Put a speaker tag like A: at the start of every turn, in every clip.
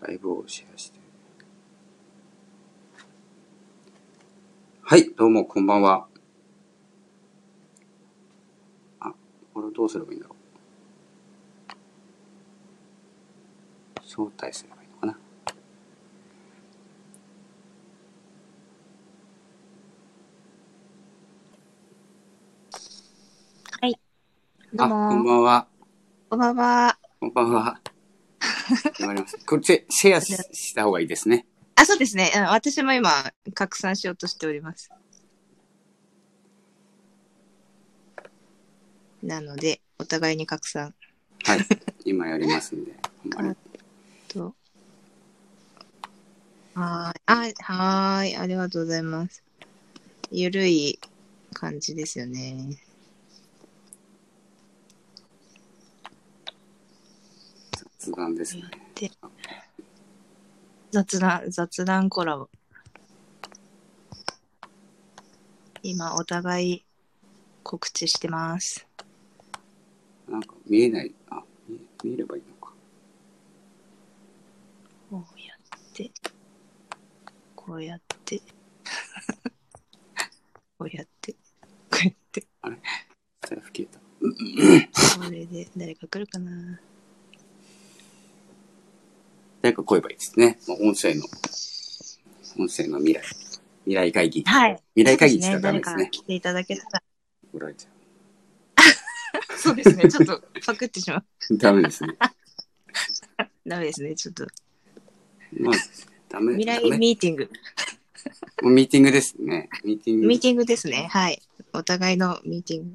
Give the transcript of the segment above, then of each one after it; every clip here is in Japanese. A: ライブをシェアして。はい、どうも、こんばんは。あ、これをどうすればいいんだろう。招待すればいいのかな。
B: ど
A: あ、
B: う
A: こん
B: も、
A: ばんは。
B: こんばんは。
A: こんばんは。わかりま した。これ、シェシェアしした方がいいですね。
B: あ、そうですね。うん私も今、拡散しようとしております。なので、お互いに拡散
A: はい。今やりますんで。こんばんは
B: と。はーい。あ、はーい。ありがとうございます。ゆるい感じですよね。
A: 雑談ですね。
B: 雑談、雑談コラボ。今、お互い告知してます。
A: なんか見えない。あ、見見えればいいのか。
B: こうやって、こうや って、こうや って、こうやって、
A: 財布消えた。
B: これで誰か来るかな。
A: 誰か来ればいいですね。もう音声の、音声の未来。未来会議。
B: はい。
A: 未来会議しかダメです
B: 誰
A: ね
B: か。来ていただけたら。
A: 怒られちゃ
B: そうですね。ちょっとパクってしまう。
A: う。ダメですね。
B: ダメですね。ちょっと。
A: まあ、ダメ。
B: 未来
A: ダメ
B: ミーティング。
A: もうミーティングですね。ミーティング
B: ミー。ティングですね。はい。お互いのミーティング。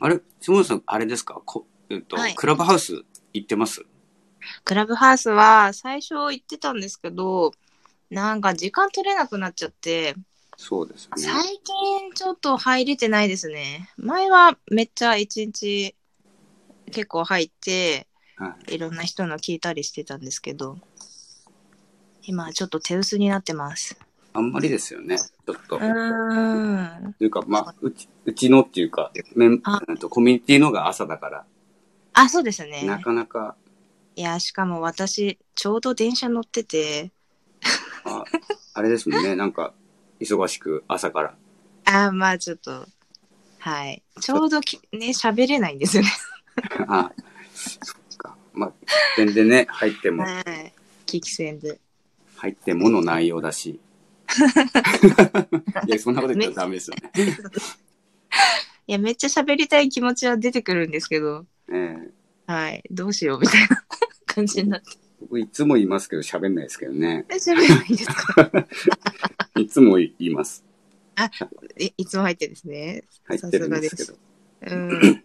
A: あれ下本さん、あれですかこえっと、
B: はい
A: クラブハウス行ってます
B: クラブハウスは最初行ってたんですけど、なんか時間取れなくなっちゃって、
A: そうですよね。
B: 最近ちょっと入れてないですね。前はめっちゃ一日結構入って、、
A: はい
B: ろんな人の聞いたりしてたんですけど、今ちょっと手薄になってます。
A: あんまりですよね。ちょっと。
B: うーん。
A: というか、まあ、うち、うちのっていうか、メン、
B: あ
A: えっとコミュニティのが朝だから、
B: あ、そうですね。
A: なかなか、
B: いや、しかも私、ちょうど電車乗ってて、
A: あ、あれですもんね、なんか、忙しく朝から。
B: あーまあちょっと、はい。ちょうどきね、喋れないんですよね。
A: あ、そっか。まあ、全然ね、入っても、
B: はい。危機戦で。
A: 入ってもの内容だ し。いや、そんなこと言ったらダメですよね。
B: いや、めっちゃ喋りたい気持ちは出てくるんですけど、
A: ええ
B: はい。どうしようみたいな感じになって。
A: 僕いつも言いますけど、喋んないですけどね。
B: え喋れないんですか
A: いつも言います。
B: いいつも入ってですね。
A: 入ってるんですけ
B: さ
A: ど。
B: うん。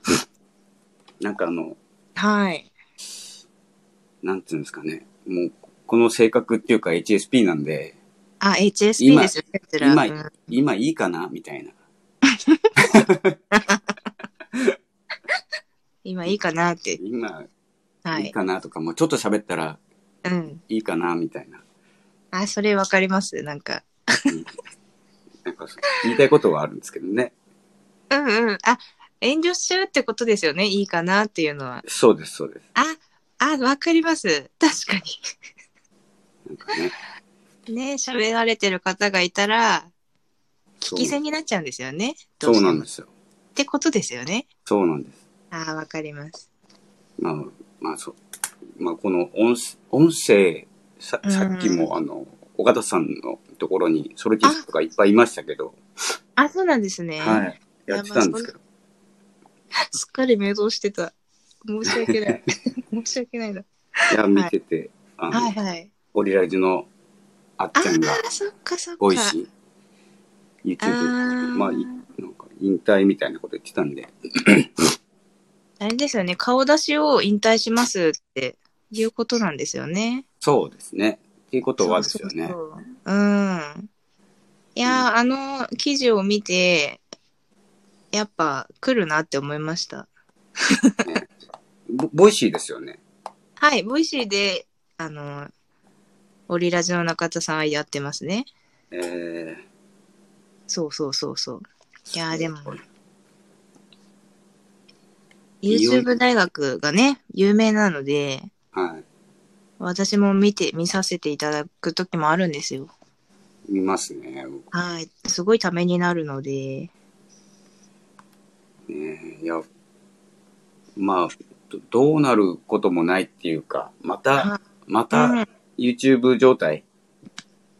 A: なんかあの、
B: はい。
A: なんていうんですかね。もう、この性格っていうか HSP なんで、
B: あ、HSP ですよね、こちら。
A: 今
B: うん
A: 今いいかなみたいな。
B: 今いいかなって。
A: 今
B: はい
A: い
B: い。
A: かなとか、もうちょっと喋ったら
B: うん。
A: いいかなみたいな。
B: あ、それわかりますなんか。
A: なんか、言いたいことはあるんですけどね。
B: うんうん。あ、遠慮しちゃうってことですよね。いいかなっていうのは。
A: そうです、そうです。
B: あ、あ、わかります。確か
A: なんかね。
B: に。ね、喋られてる方がいたら、
A: そ
B: 危
A: う
B: 機戦になっちゃうんですよね。ど
A: そう
B: しても
A: なんですよ。
B: ってことですよね。
A: そうなんです。
B: ああ、わかります。
A: まあ、まあ、そう。まあ、この音声、音声、さ
B: うん
A: さっきも、あの、岡田さんのところに、ソルティスとかいっぱいいましたけど、
B: あ、そうなんですね。
A: はい。やってたんですけど。
B: すっかり迷走してた。申し 訳ない。申し訳ないな。
A: いや、見てて、あの、
B: はいはい。
A: オリラジのあっ
B: あ
A: ちゃんが、
B: あ、そっかそっか。
A: ボイシー、言って
B: あ
A: て、
B: ー
A: まあ、いなんか、引退みたいなこと言ってたんで、
B: あれですよね。顔出しを引退しますっていうことなんですよね。
A: そうですね。っていうことはですよね。
B: そうそうそううん。いやー、あの記事を見て、やっぱ来るなって思いました。
A: ボボイシーですよね。
B: はい、ボイシーで、あの、オリラジの中田さんやってますね。
A: えー、
B: そうそうそうそう。いやーでも
A: そう YouTube
B: YouTube 大学がね、有名なので、
A: はい。
B: 私も見て、見させていただく時もあるんですよ。
A: 見ますね。
B: はい。すごいためになるので。
A: ねいや、まあ、どどうなることもないっていうか、また
B: は、
A: ま
B: うん。
A: た
B: あ
A: YouTube 状態、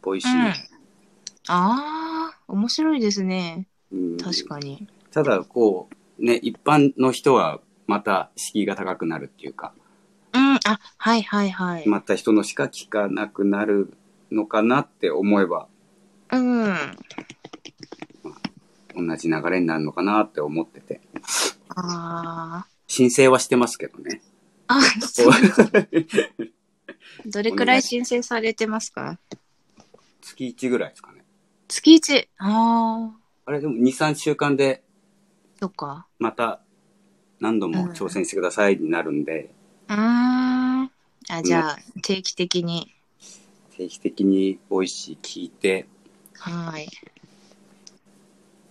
A: ボイシー。
B: あー、面白いですね。
A: うん
B: 確かに。
A: ただ、こう、ね、一般の人はまた敷居が高くなるっていうか、
B: うん。あ、はいはいはい。
A: また人のしか聞かなくなるのかなって思えば、
B: うん。
A: 同じ流れになるのかなって思ってて。
B: あ
A: 申請はしてますけどね。
B: あ。あ、そう。 どれくらい申請されてますか
A: 月1ぐらいですかね。
B: 月一。ああ。
A: あれ、でも2、3週間で
B: そっか。
A: また何度も挑戦してくださいになるんで、
B: うーん。あ、じゃあ、定期的に。
A: 定期的にボイシー聞いて
B: はい。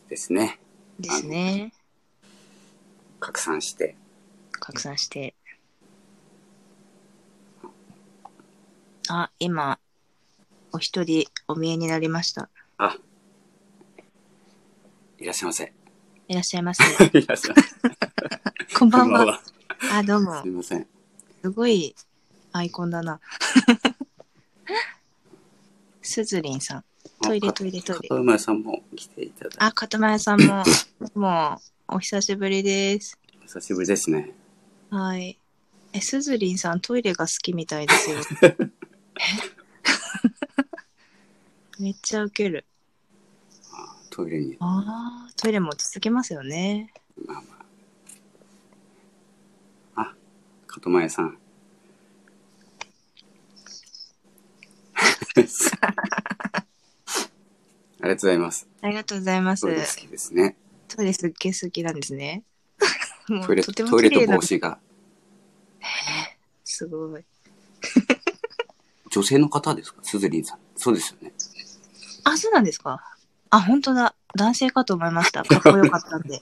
A: ですね、
B: ですね。
A: 拡散して。
B: 拡散して。あ、今、お一人お見えになりました。
A: あ、いらっしゃい ませ。
B: いらっしゃいま せ。
A: いらっしゃいませ。
B: こんば
A: こん
B: ん
A: ばん
B: は。
A: は。
B: あ、どうも
A: すい。ません。
B: すごいアイコンだな。 すずりんさん。トイレ
A: あ
B: トイレトイレ
A: 片山さんも来ていただいて、
B: あ、かたまやさん も、もう、お久しぶりです。
A: お久しぶりですね。
B: はい。え、すずりんさん、トイレが好きみた いですよ。めっちゃウケる。
A: トイレに。
B: ああ、トイレも続けますよね。
A: まあまあ。あ、加藤前さ ん。ありがとうございます。
B: ありがとうございます
A: ト。イレ好きですね。
B: トイレすっげえ好きなんです ね。もう
A: トイレ、
B: と
A: ト
B: ても
A: イレ
B: 綺
A: と
B: 麗な
A: 帽。子が。
B: すごい。
A: 女性の方ですかスズリンさん。そうですよね。
B: あ、そうなんですか。あ、本当だ。男性かと思いました。かっこよかったん で。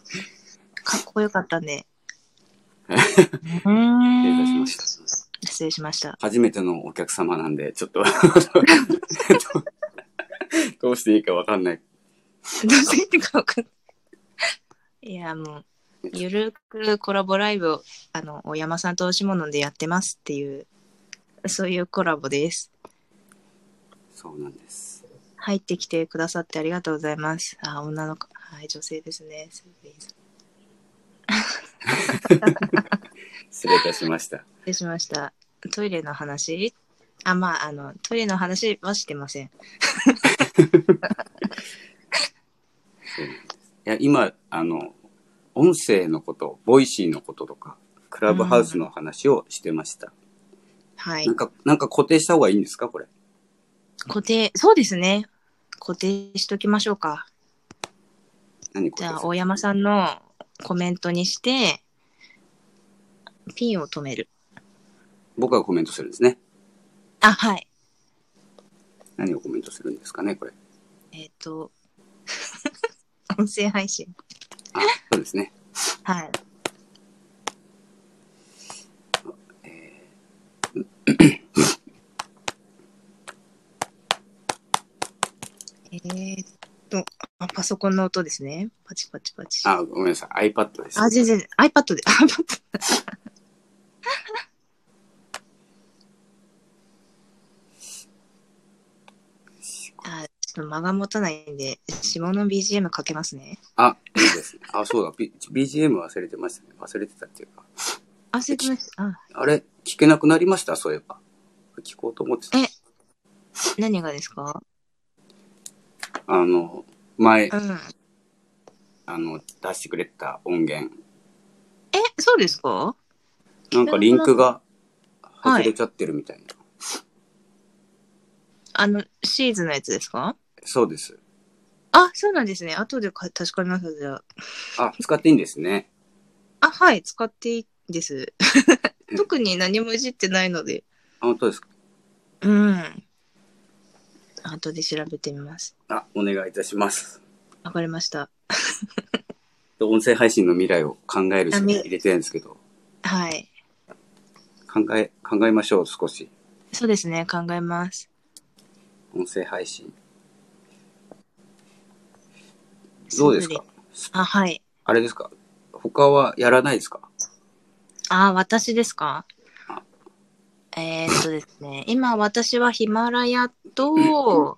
B: かっこよかったん で。う
A: 失礼い
B: ー
A: たし
B: ん
A: ました。
B: 失礼しました。
A: 初めてのお客様なんで、ちょっと どう、どうしていいかわかんない。
B: どうしていいか分かんない。いや、もう、ゆるくコラボライブを、あの、お山さんとおしものでやってますっていう、そういうコラボです。
A: そうなんです。
B: 入ってきてくださってありがとうございます。あ、女の子、はい、女性ですね。すいません失
A: 失礼いたしました。
B: 礼しました。トイレの話あ、まあ、あの、トイレの話はしてません。
A: そうなんですいや、今、あの、音声のこと、ボイシーのこととか、クラブハウスの話をしてました。
B: はい
A: なん。か、なんか固定した方がいいんですかこれ。
B: 固定、そうですね。固定しときましょうか。
A: 何固
B: じ
A: 定
B: ゃあ、
A: する
B: 大山さんのコメントにして、ピンを止める。
A: 僕がコメントするんですね。
B: あ、はい。
A: 何をコメントするんですかねこれ。
B: えっ、と、 音声配信。
A: あ、そうですね。
B: はい。えーっとあ、パソコンの音ですね。パチパチパチ。あ、
A: あ、ごめんなさい。iPad です。
B: 全然、iPad で、iPad。あ、ちょっと間が持たないんで、下の BGM かけますね。
A: あ、いいですね。あ、そうだ。B、BGM 忘れてましたね。忘れてたっていうか。
B: あ、忘れてました。あ、
A: あれ、聞けなくなりましたそういえば。聞こうと思ってた。
B: 何がですか
A: あの、前
B: う、ん。
A: あの、出してくれた音源。
B: え、そうですか
A: なんかリンクが外れちゃってるみたいな。
B: あの、シーズンのやつですか
A: そうです。
B: あ、そうなんですね。後でか確かめます、じゃあ。
A: あ、使っていいんですね。
B: あ、はい、使っていいです。 特に何もいじってないので。
A: あ本当ですか。
B: うん。後で調べてみます。
A: あ、お願いいたします。
B: わかりました。
A: 音声配信の未来を考える
B: あ
A: 人
B: み
A: 入れてるんですけど、
B: はい。
A: 考え、考えましょう、少し。
B: そうですね、考えます。
A: 音声配信。どうです
B: ぐ
A: か
B: あ、はい。
A: あれですか他はやらないですか
B: あ、私ですか
A: あ
B: えーっとですね、今私はヒマラヤと、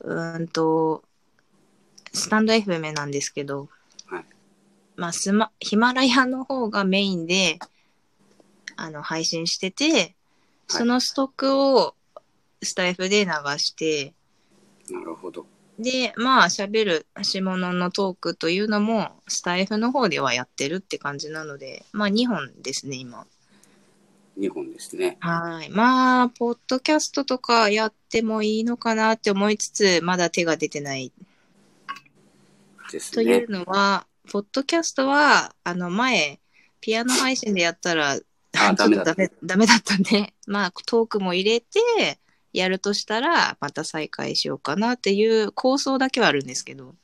B: うーんと、スタンド FM なんですけど、
A: はい
B: まあスマ、ヒマラヤの方がメインで、あの、配信してて、そのストックをスタイフで流して、
A: なるほど。
B: で、まあ、喋る下物のトークというのも、スタイフの方ではやってるって感じなので、まあ、2本ですね、今。
A: 2本ですね。
B: はい。まあ、ポッドキャストとかやってもいいのかなって思いつつ、まだ手が出てない。
A: です
B: とい
A: ね
B: う。のは、ポッドキャストは、あの、前、ピアノ配信でやったら、
A: あ
B: ちょっ
A: ダ
B: とダ
A: メ
B: メダメだったんで、まあ、トークも入れて、やるとしたら、また再開しようかなっていう構想だけはあるんですけど、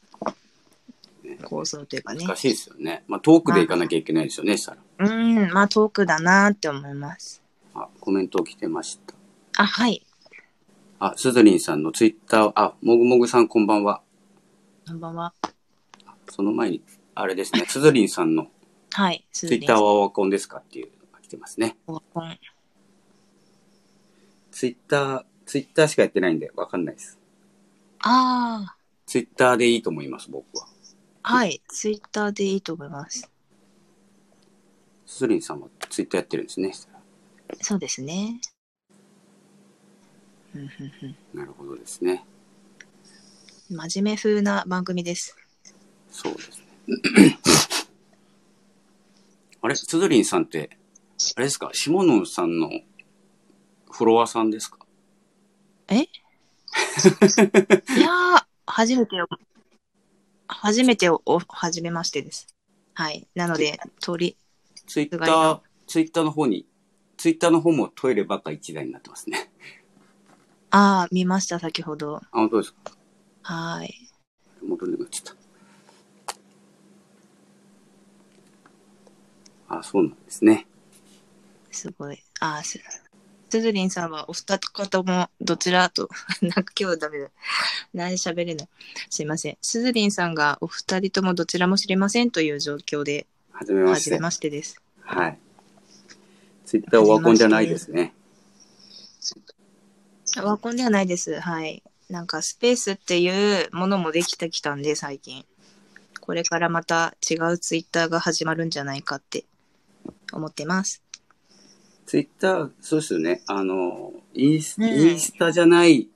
B: 構想というかね。
A: 難しいですよね。まあ、トークでいかなきゃいけないですよね、したら。
B: うん、まあトークだなって思います。
A: あ、コメント来てました。
B: あ、はい。
A: あ、スズリンさんのツイッター、あ、もぐもぐさんこんばんは。
B: こんばんは。
A: その前に、あれです ね、スズリンさんの
B: はい。す
A: ツイッターはオワコンですかっていうのが来てますね。ツイッター、ツイッターしかやってないんでわかんないです。
B: あ
A: ツイッターでいいと思います、僕は。
B: あ、はい。ツイッターでいいと思います。
A: スズリンさんはツイッターやってるんですね。
B: そうですね。ふんふんふん
A: なるほどですね。
B: 真面目風な番組です。
A: そうですね。あれ、スズリンさんって、あれですか、下野さんのフォロワーさんですか
B: いやー、初めて、初めてお、お初めましてです。はい。なので、通り、
A: ツイッタ
B: すごい
A: ー、ツイッターの方に、ツイッターの方もトイレばっか一台になってますね。
B: ああ、見ました、先ほど。
A: あ、本当ですか
B: はい。
A: 戻んなくなっちゃった。あ、そうなんですね。
B: すごい。あー、す、すずりんさんはお二方もどちらと、 なんか今日ダメだ。何喋れない。すいません。すずりんさんがお二人ともどちらも知りませんという状況で、
A: はじめま
B: は
A: して
B: じめ。ましてです。
A: はい。ツイッターオワコンじゃないですね。
B: ワコンではないです。はい。なんかスペースっていうものもできてきたんで、最近。これからまた違うツイッターが始まるんじゃないかって思ってます。
A: ツイッター、そうですよね。あの、インス,、
B: うん
A: インスタじゃない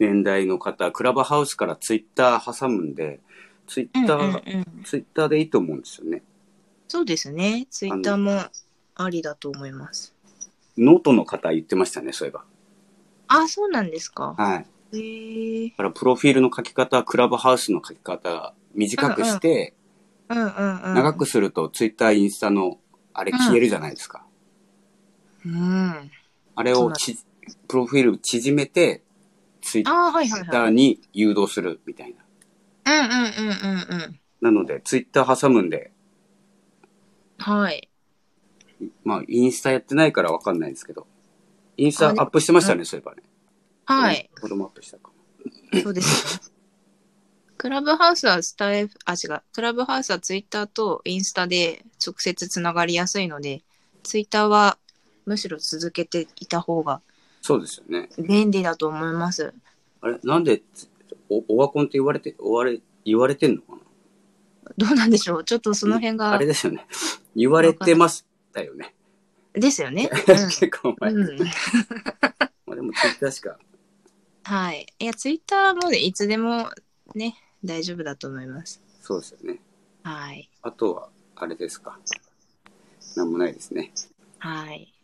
A: 年代の方、クラブハウスからツイッター挟むんで、ツイッター、
B: うん。
A: ツイッターでいいと思うんですよね。
B: そうですね。ツイッターもありだと思います。
A: ノートの方言ってましたね、そういえば。
B: あ、そうなんですか。
A: はい。
B: へー
A: だから、プロフィールの書き方、クラブハウスの書き方、短くして、
B: うんうんうん。
A: 長く。すると、ツイッター、インスタの、あれ消えるじゃないですか。
B: うん。
A: あれをち、プロフィール縮めて、ツイッ
B: ああ、はいはい
A: タ
B: は
A: ー
B: い。
A: に誘導するみたいな。
B: うんうんうんうんうん。
A: なので、ツイッター挟むんで、
B: はい。
A: まあ、インスタやってないからわかんないですけど、インスタア
B: あね
A: ップしてましたね、そういえばね。
B: はい。。
A: 子供アップしたかも。
B: そうですね。クラブハウスはスタイフ、あ、違う。クラブハウスはツイッターとインスタで直接つながりやすいので、ツイッターはむしろ続けていた方が
A: そうですよね。
B: 便利だと思います。
A: あれ、なんで、お、オワコンって言われて、おわれ、言われてんのかな
B: どうなんでしょうちょっとその辺
A: あ
B: が
A: れ、ですよね。 言われてましたよね。
B: ですよね。
A: 結構
B: う
A: 前。
B: ん。うん
A: まあでも、ツイッターしか。
B: はい。いや、ツイッターもね、いつでもね、大丈夫だと思います。
A: そうですよね。
B: はい。
A: あとは、あれですか。なんもないですね。
B: はい。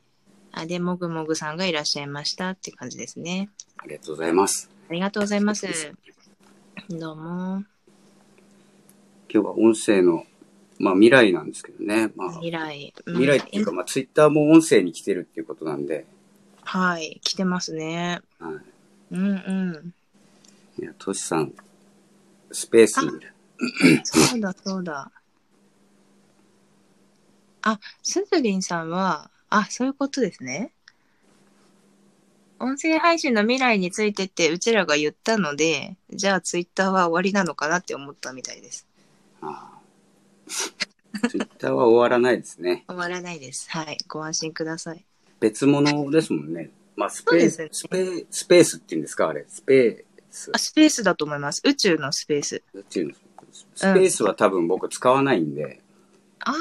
B: あで、もぐもぐさんがいらっしゃいましたって感じですね。
A: ありがとうございます。
B: ありがとうございます。どうも。
A: 今日は音声の、まあ、未来なんですけどね。まあ、
B: 未来。うん
A: 未来っていうか、まあ、ツイッターも音声に来てるっていうことなんで、
B: はい。来てますね。
A: はい。
B: うんうん。
A: いや、トシさん、スペースにいる。
B: そうだそうだ。あ、すずりんさんは、あ、そういうことですね。音声配信の未来についてってうちらが言ったので、じゃあツイッターは終わりなのかなって思ったみたいです。
A: ああ。 ツイッターは終わらないですね。
B: 終わらないです。はい。ご安心ください。
A: 別物ですもんね。まあ、スペース、
B: そうです
A: スペース、スペースって言うんですかあれ。スペース
B: あ、。スペースだと思います。宇宙のスペース。
A: っていうんですかスペースは多分僕使わないんで、
B: あ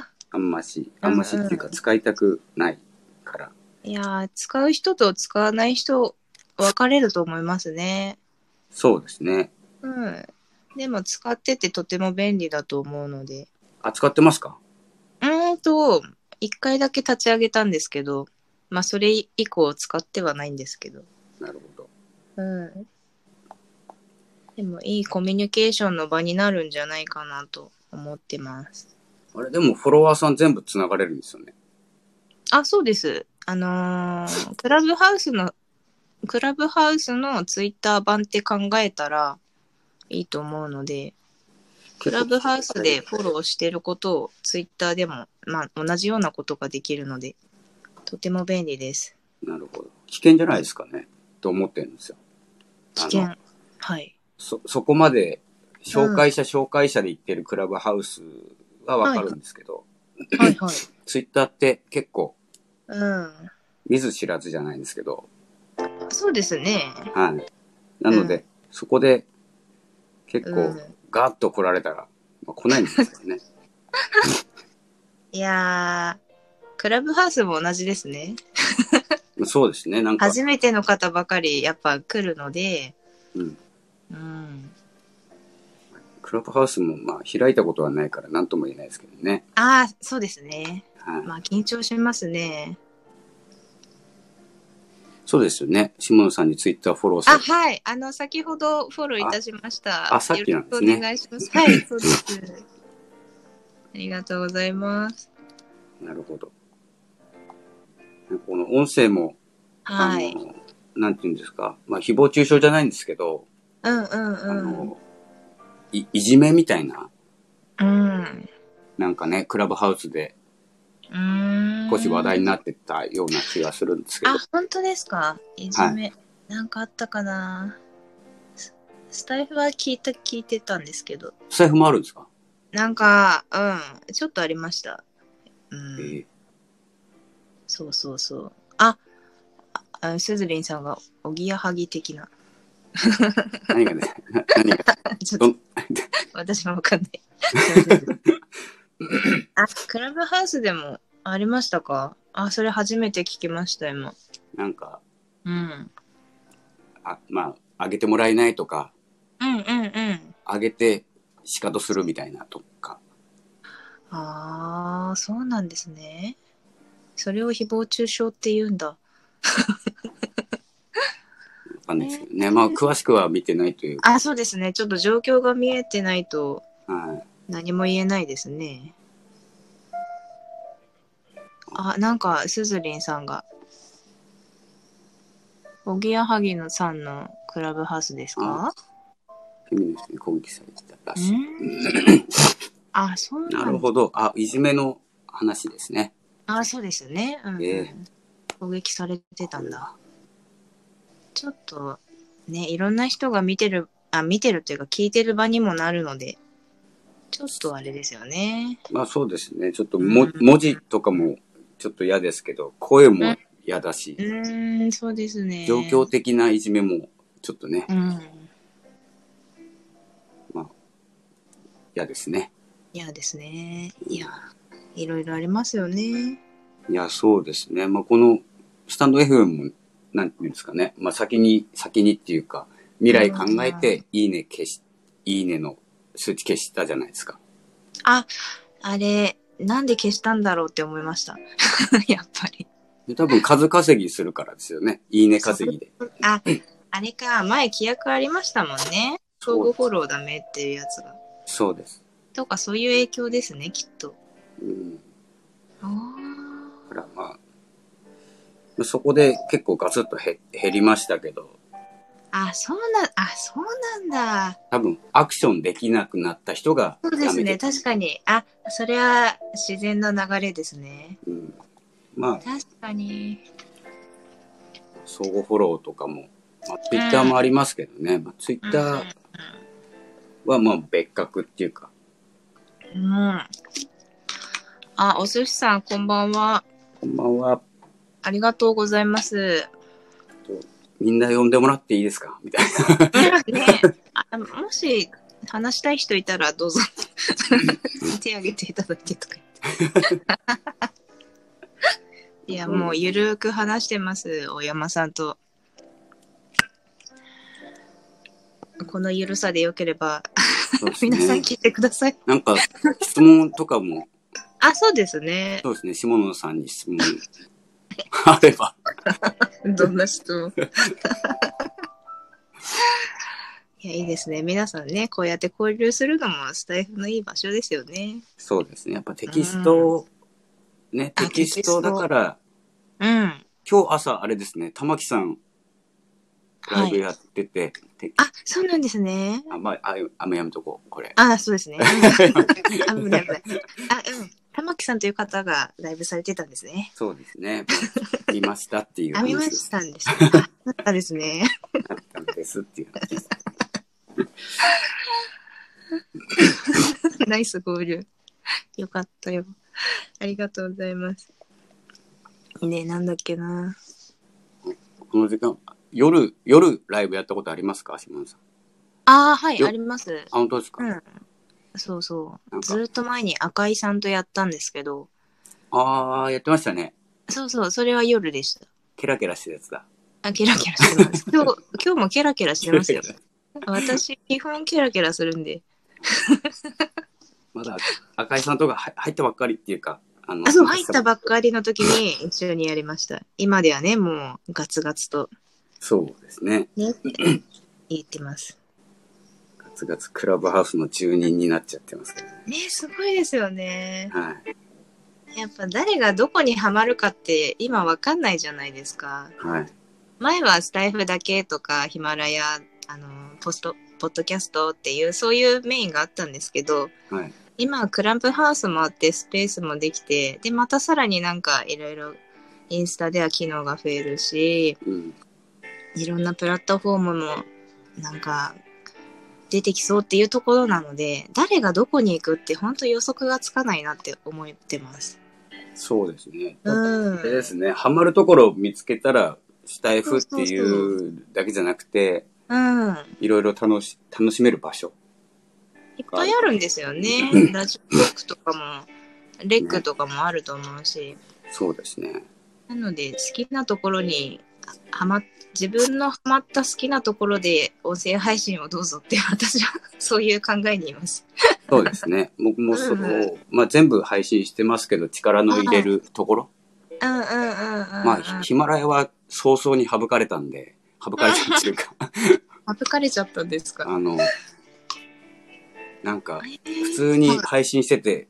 B: あ。
A: あんまし、あんましっていう
B: うんう
A: か
B: ん
A: 使いたくないから。
B: いやー使う人と使わない人、分かれると思いますね。
A: そうですね。
B: うん。でも使っててとても便利だと思うので。
A: あ、使ってますか
B: うーんと、一回だけ立ち上げたんですけど、まあそれ以降使ってはないんですけど。
A: なるほど。
B: うん。でもいいコミュニケーションの場になるんじゃないかなと思ってます。
A: あれ、でもフォロワーさん全部繋がれるんですよね。
B: あ、そうです。あのークラブハウスの、クラブハウスのツイッター版って考えたらいいと思うので、クラブハウスでフォローしてることをツイッターでも、まあ、同じようなことができるので、とても便利です。
A: なるほど。危険じゃないですかね。と思ってるんですよ。
B: 危険
A: あの。
B: はい。
A: そ、そこまで、紹介者、紹介者で言ってるクラブハウスはわかるんですけど、
B: はいはい。
A: ツイッターって結構
B: うん。
A: 見ず知らずじゃないんですけど、
B: そうですね。
A: はい。なので、
B: う
A: そこで結
B: う
A: 構
B: ん。
A: ガーッと来られたら、まあ、来ないんですよ ね。
B: いやー、クラブハウスも同じですね。
A: まあそうですね。なんか、
B: 初めての方ばかりやっぱ来るので、
A: うん、
B: うん。
A: クラブハウスもまあ開いたことはないから何とも言えないですけどね。
B: ああ、そうですね。
A: はい。
B: まあ緊張しますね。
A: そうですよね。下野さんにツイッターフォローさ
B: あ、
A: れて。
B: はい。あの、先ほどフォローいたしました。
A: ああさっきなんですね
B: よろしくお願いします。はい、そうです。ありがとうございます。
A: なるほど。なんかこの音声も、
B: は
A: あ
B: い。
A: の、なんて言うんですか。まあ、誹謗中傷じゃないんですけど、
B: うんうん
A: あ
B: うん。
A: の、いいじめみたいな、
B: うん。
A: なんかね、クラブハウスで
B: うーん。
A: 少し話題になってたような気がするんですけど
B: あ、、本当ですかいじめ、なんかあったかなススタイフは聞いた、聞いてたんですけど。
A: 財布もあるんですか、
B: なんか、うん、ちょっとありました。うん。
A: ええ
B: そうそうそう。あ、ああすずりんさんが、おぎやはぎ的な。
A: 何がね、何が、
B: ちょ
A: ど
B: っと
A: ん、
B: 私もわかん ない。すいませんあ、クラブハウスでもありましたかあ、それ初めて聞きました、今。
A: なんか、
B: うん。
A: あまあ、あげてもらえないとか、
B: うんうんうん。
A: あげて仕方するみたいなとか、
B: ああ、そうなんですね。それを誹謗中傷って言うんだ。
A: わかんないですけどね。まあ、詳しくは見てないというか、
B: あ、そうですね。ちょっと状況が見えてないと
A: はい。
B: 何も言えないですね。あ、なんか、すずりんさんが。おぎやはぎのさんのクラブハウスですか
A: フェミニストに攻撃されてたら
B: う
A: しい。
B: ん。あ、そうなんだ
A: なるほど。あ、いじめの話ですね。
B: あ、そうですよね。うん、うん
A: ええ
B: 攻撃されてたんだ。ちょっと、ね、いろんな人が見てる、あ、見てるというか聞いてる場にもなるので、ちょっとあれですよね。
A: まあ、そうですね。ちょっとも、
B: うん
A: 文字とかもちょっと嫌ですけど、声も嫌だし
B: う、ーん、そうですね。
A: 状況的ないじめもちょっとね、
B: うん。
A: 嫌ですね。
B: いやですね。いや、いろいろありますよね。
A: いや、そうですね。まあ、この、スタンド FM も、なんていうんですかね。まあ、先に、先にっていうか、未来考えて、いいね消し、いいねの数値消したじゃないですか。
B: あ、あれ、なんで消したんだろうって思いました。 やっぱり。
A: で多分数稼ぎするからですよね。いいね稼ぎで。
B: あ、あれか、前規約ありましたもんね。相互フォローダメっていうやつが。
A: そうです。
B: とか、そういう影響ですね、きっと。
A: うん。だ
B: あ
A: からまあ、そこで結構ガツッと減減りましたけど、
B: あ、そうな、あ、そうなんだ。
A: 多分アクションできなくなった人が
B: そうですね、
A: て、
B: 確かに。あ、それは自然の流れですね。
A: うん、まあ、
B: 確かに。
A: 相互フォローとかも、まあ、ツイッターもありますけどね、まあ、ツイッターはまあ別格っていうか、
B: うん。あ、お寿司さん、こんばんは。
A: こんばんは、
B: ありがとうございます。
A: みんな呼んでもらっていいですかみ たい
B: ねあもし話したい人いたらどうぞ手挙げていただけとか言っていやもうゆるく話してます大山さんとこのゆるさでよければ
A: な。そうです
B: 皆さん
A: ね。
B: 聞いてください
A: なんか、質問とかも、
B: あそうですね
A: そうですね、下野さんに質問あれば。
B: どんな質問いやいいですね皆さんねこうやって交流するのもスタイフのいい場所ですよね
A: そうですね、やっぱテキストを、ね、
B: あ
A: テキストだから、
B: うん
A: 今日朝あれですね、玉木さん、ライブやってて、て
B: あ、そうなんですね。
A: あ、まあ、あ、あんまやめとこう、これ。
B: あ、そう ですね。あ、危ない危ない。あ、うん。玉木さんという方がライブされてたんですね。
A: そうですね。見ましたっていう
B: あ、見ま
A: 話
B: したんですね。あ、そうだったですね。
A: だったんですっていう。
B: ナイス合流。よかったよ。ありがとうございます。ねなんだっけな。
A: この時間、夜、夜ライブやったことありますか島野さん。
B: あー、はい、
A: よ
B: あります。
A: あ、本当ですか、
B: うん。そうそ
A: なん
B: う。
A: か
B: ずーっと前に赤井さんとやったんですけど、
A: ああ、やってましたね。
B: そうそう、それは夜でした。
A: ケラケラしてるやつだ。
B: あ、ケラケラしてます。今日、今日もケラケラしてますよ。私、基本ケラケラするんで。
A: まだ赤井さんとか入入ったばっかりっていうか、あの、
B: あ、そう、入ったばっかりの時に一緒にやりました。今ではね、もうガツガツと、
A: そうですね。
B: ね、言ってます。
A: ガツガツクラブハウスの住人になっちゃってますけど。
B: ね、すごいですよね。
A: はい。
B: やっぱ誰がどこにハマるかって今わかんないじゃないですか。
A: はい。
B: 前はスタイフだけとか、ヒマラヤ、あの、ポスト、ポッドキャストっていう、そういうメインがあったんですけど、
A: はい。
B: 今はクランプハウスもあって、スペースもできて、で、またさらになんかいろいろ、インスタでは機能が増えるし、
A: うん。
B: いろんなプラットフォームもなんか出てきそうっていうところなので誰がどこに行くって本当予測がつかないなって思ってます。
A: そうですね。
B: うん
A: あれですね。ハマるところを見つけたら、スタイフっていうだけじゃなくて、
B: うん、
A: いろいろ楽し、楽しめる場所。
B: いっぱいあるんですよね。ラジオトークとかもレックとかもあると思うし
A: そうですね。
B: なので好きなところにはま自分のハマった好きなところで音声配信をどうぞって私はそういう考えにいます。
A: そうですね。僕もそ
B: うんう
A: の、まあ、全部配信してますけど、力の入れるところ。
B: うんうんうんうん、うん。
A: まあ、ヒマラヤは早々に省かれたんで、省かれたっていうか、
B: 省かれちゃったんです か。
A: あの、なんか、普
B: 普
A: 通に配信してて、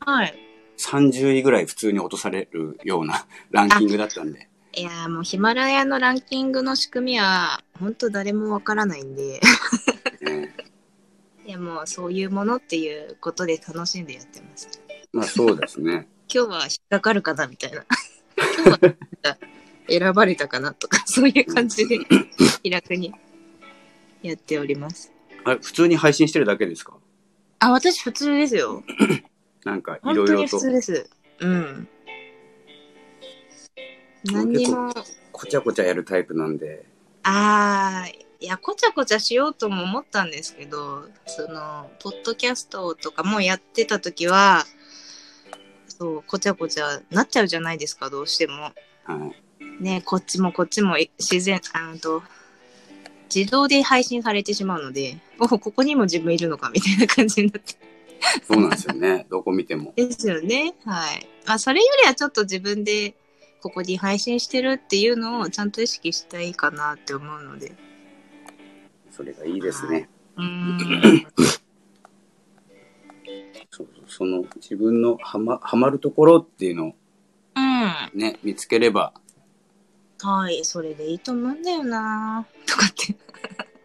B: はい。
A: 30位ぐらい普通に落とされるような ランキングだったんで。
B: いやーもうヒマラヤのランキングの仕組みは本当誰もわからないんで
A: ね
B: いやもうそういうものっていうことで楽しんでやってます
A: まあ、そうですね。
B: 今日は引っかかるかなみたいな 今日は選ばれたかなとか そういう感じで気楽にやっております
A: あれ、普通に配信してるだけですか
B: あ私普通ですよ
A: なんか、い
B: 本
A: ろい
B: 当
A: ろ
B: に普
A: と、
B: 通ですうん何にも
A: こちゃこちゃやるタイプなんで、
B: あーいやこちゃこちゃしようとも思ったんですけどそのポッドキャストとかもやってた時はそうこちゃこちゃなっちゃうじゃないですかどうしても
A: はい。
B: ねこっちもこっちもい自然あのと自動で配信されてしまうのでおここにも自分いるのかみたいな感じになって
A: そうなんですよね。 どこ見ても。
B: ですよねはい、まあ、それよりはちょっと自分でここに配信してるっていうのをちゃんと意識したいかなって思うので
A: それがいいですね。
B: うーん
A: そうそうその自分のハマハマるところっていうのを
B: うん
A: ね、見つければ、
B: はい、それでいいと思うんだよなとかって。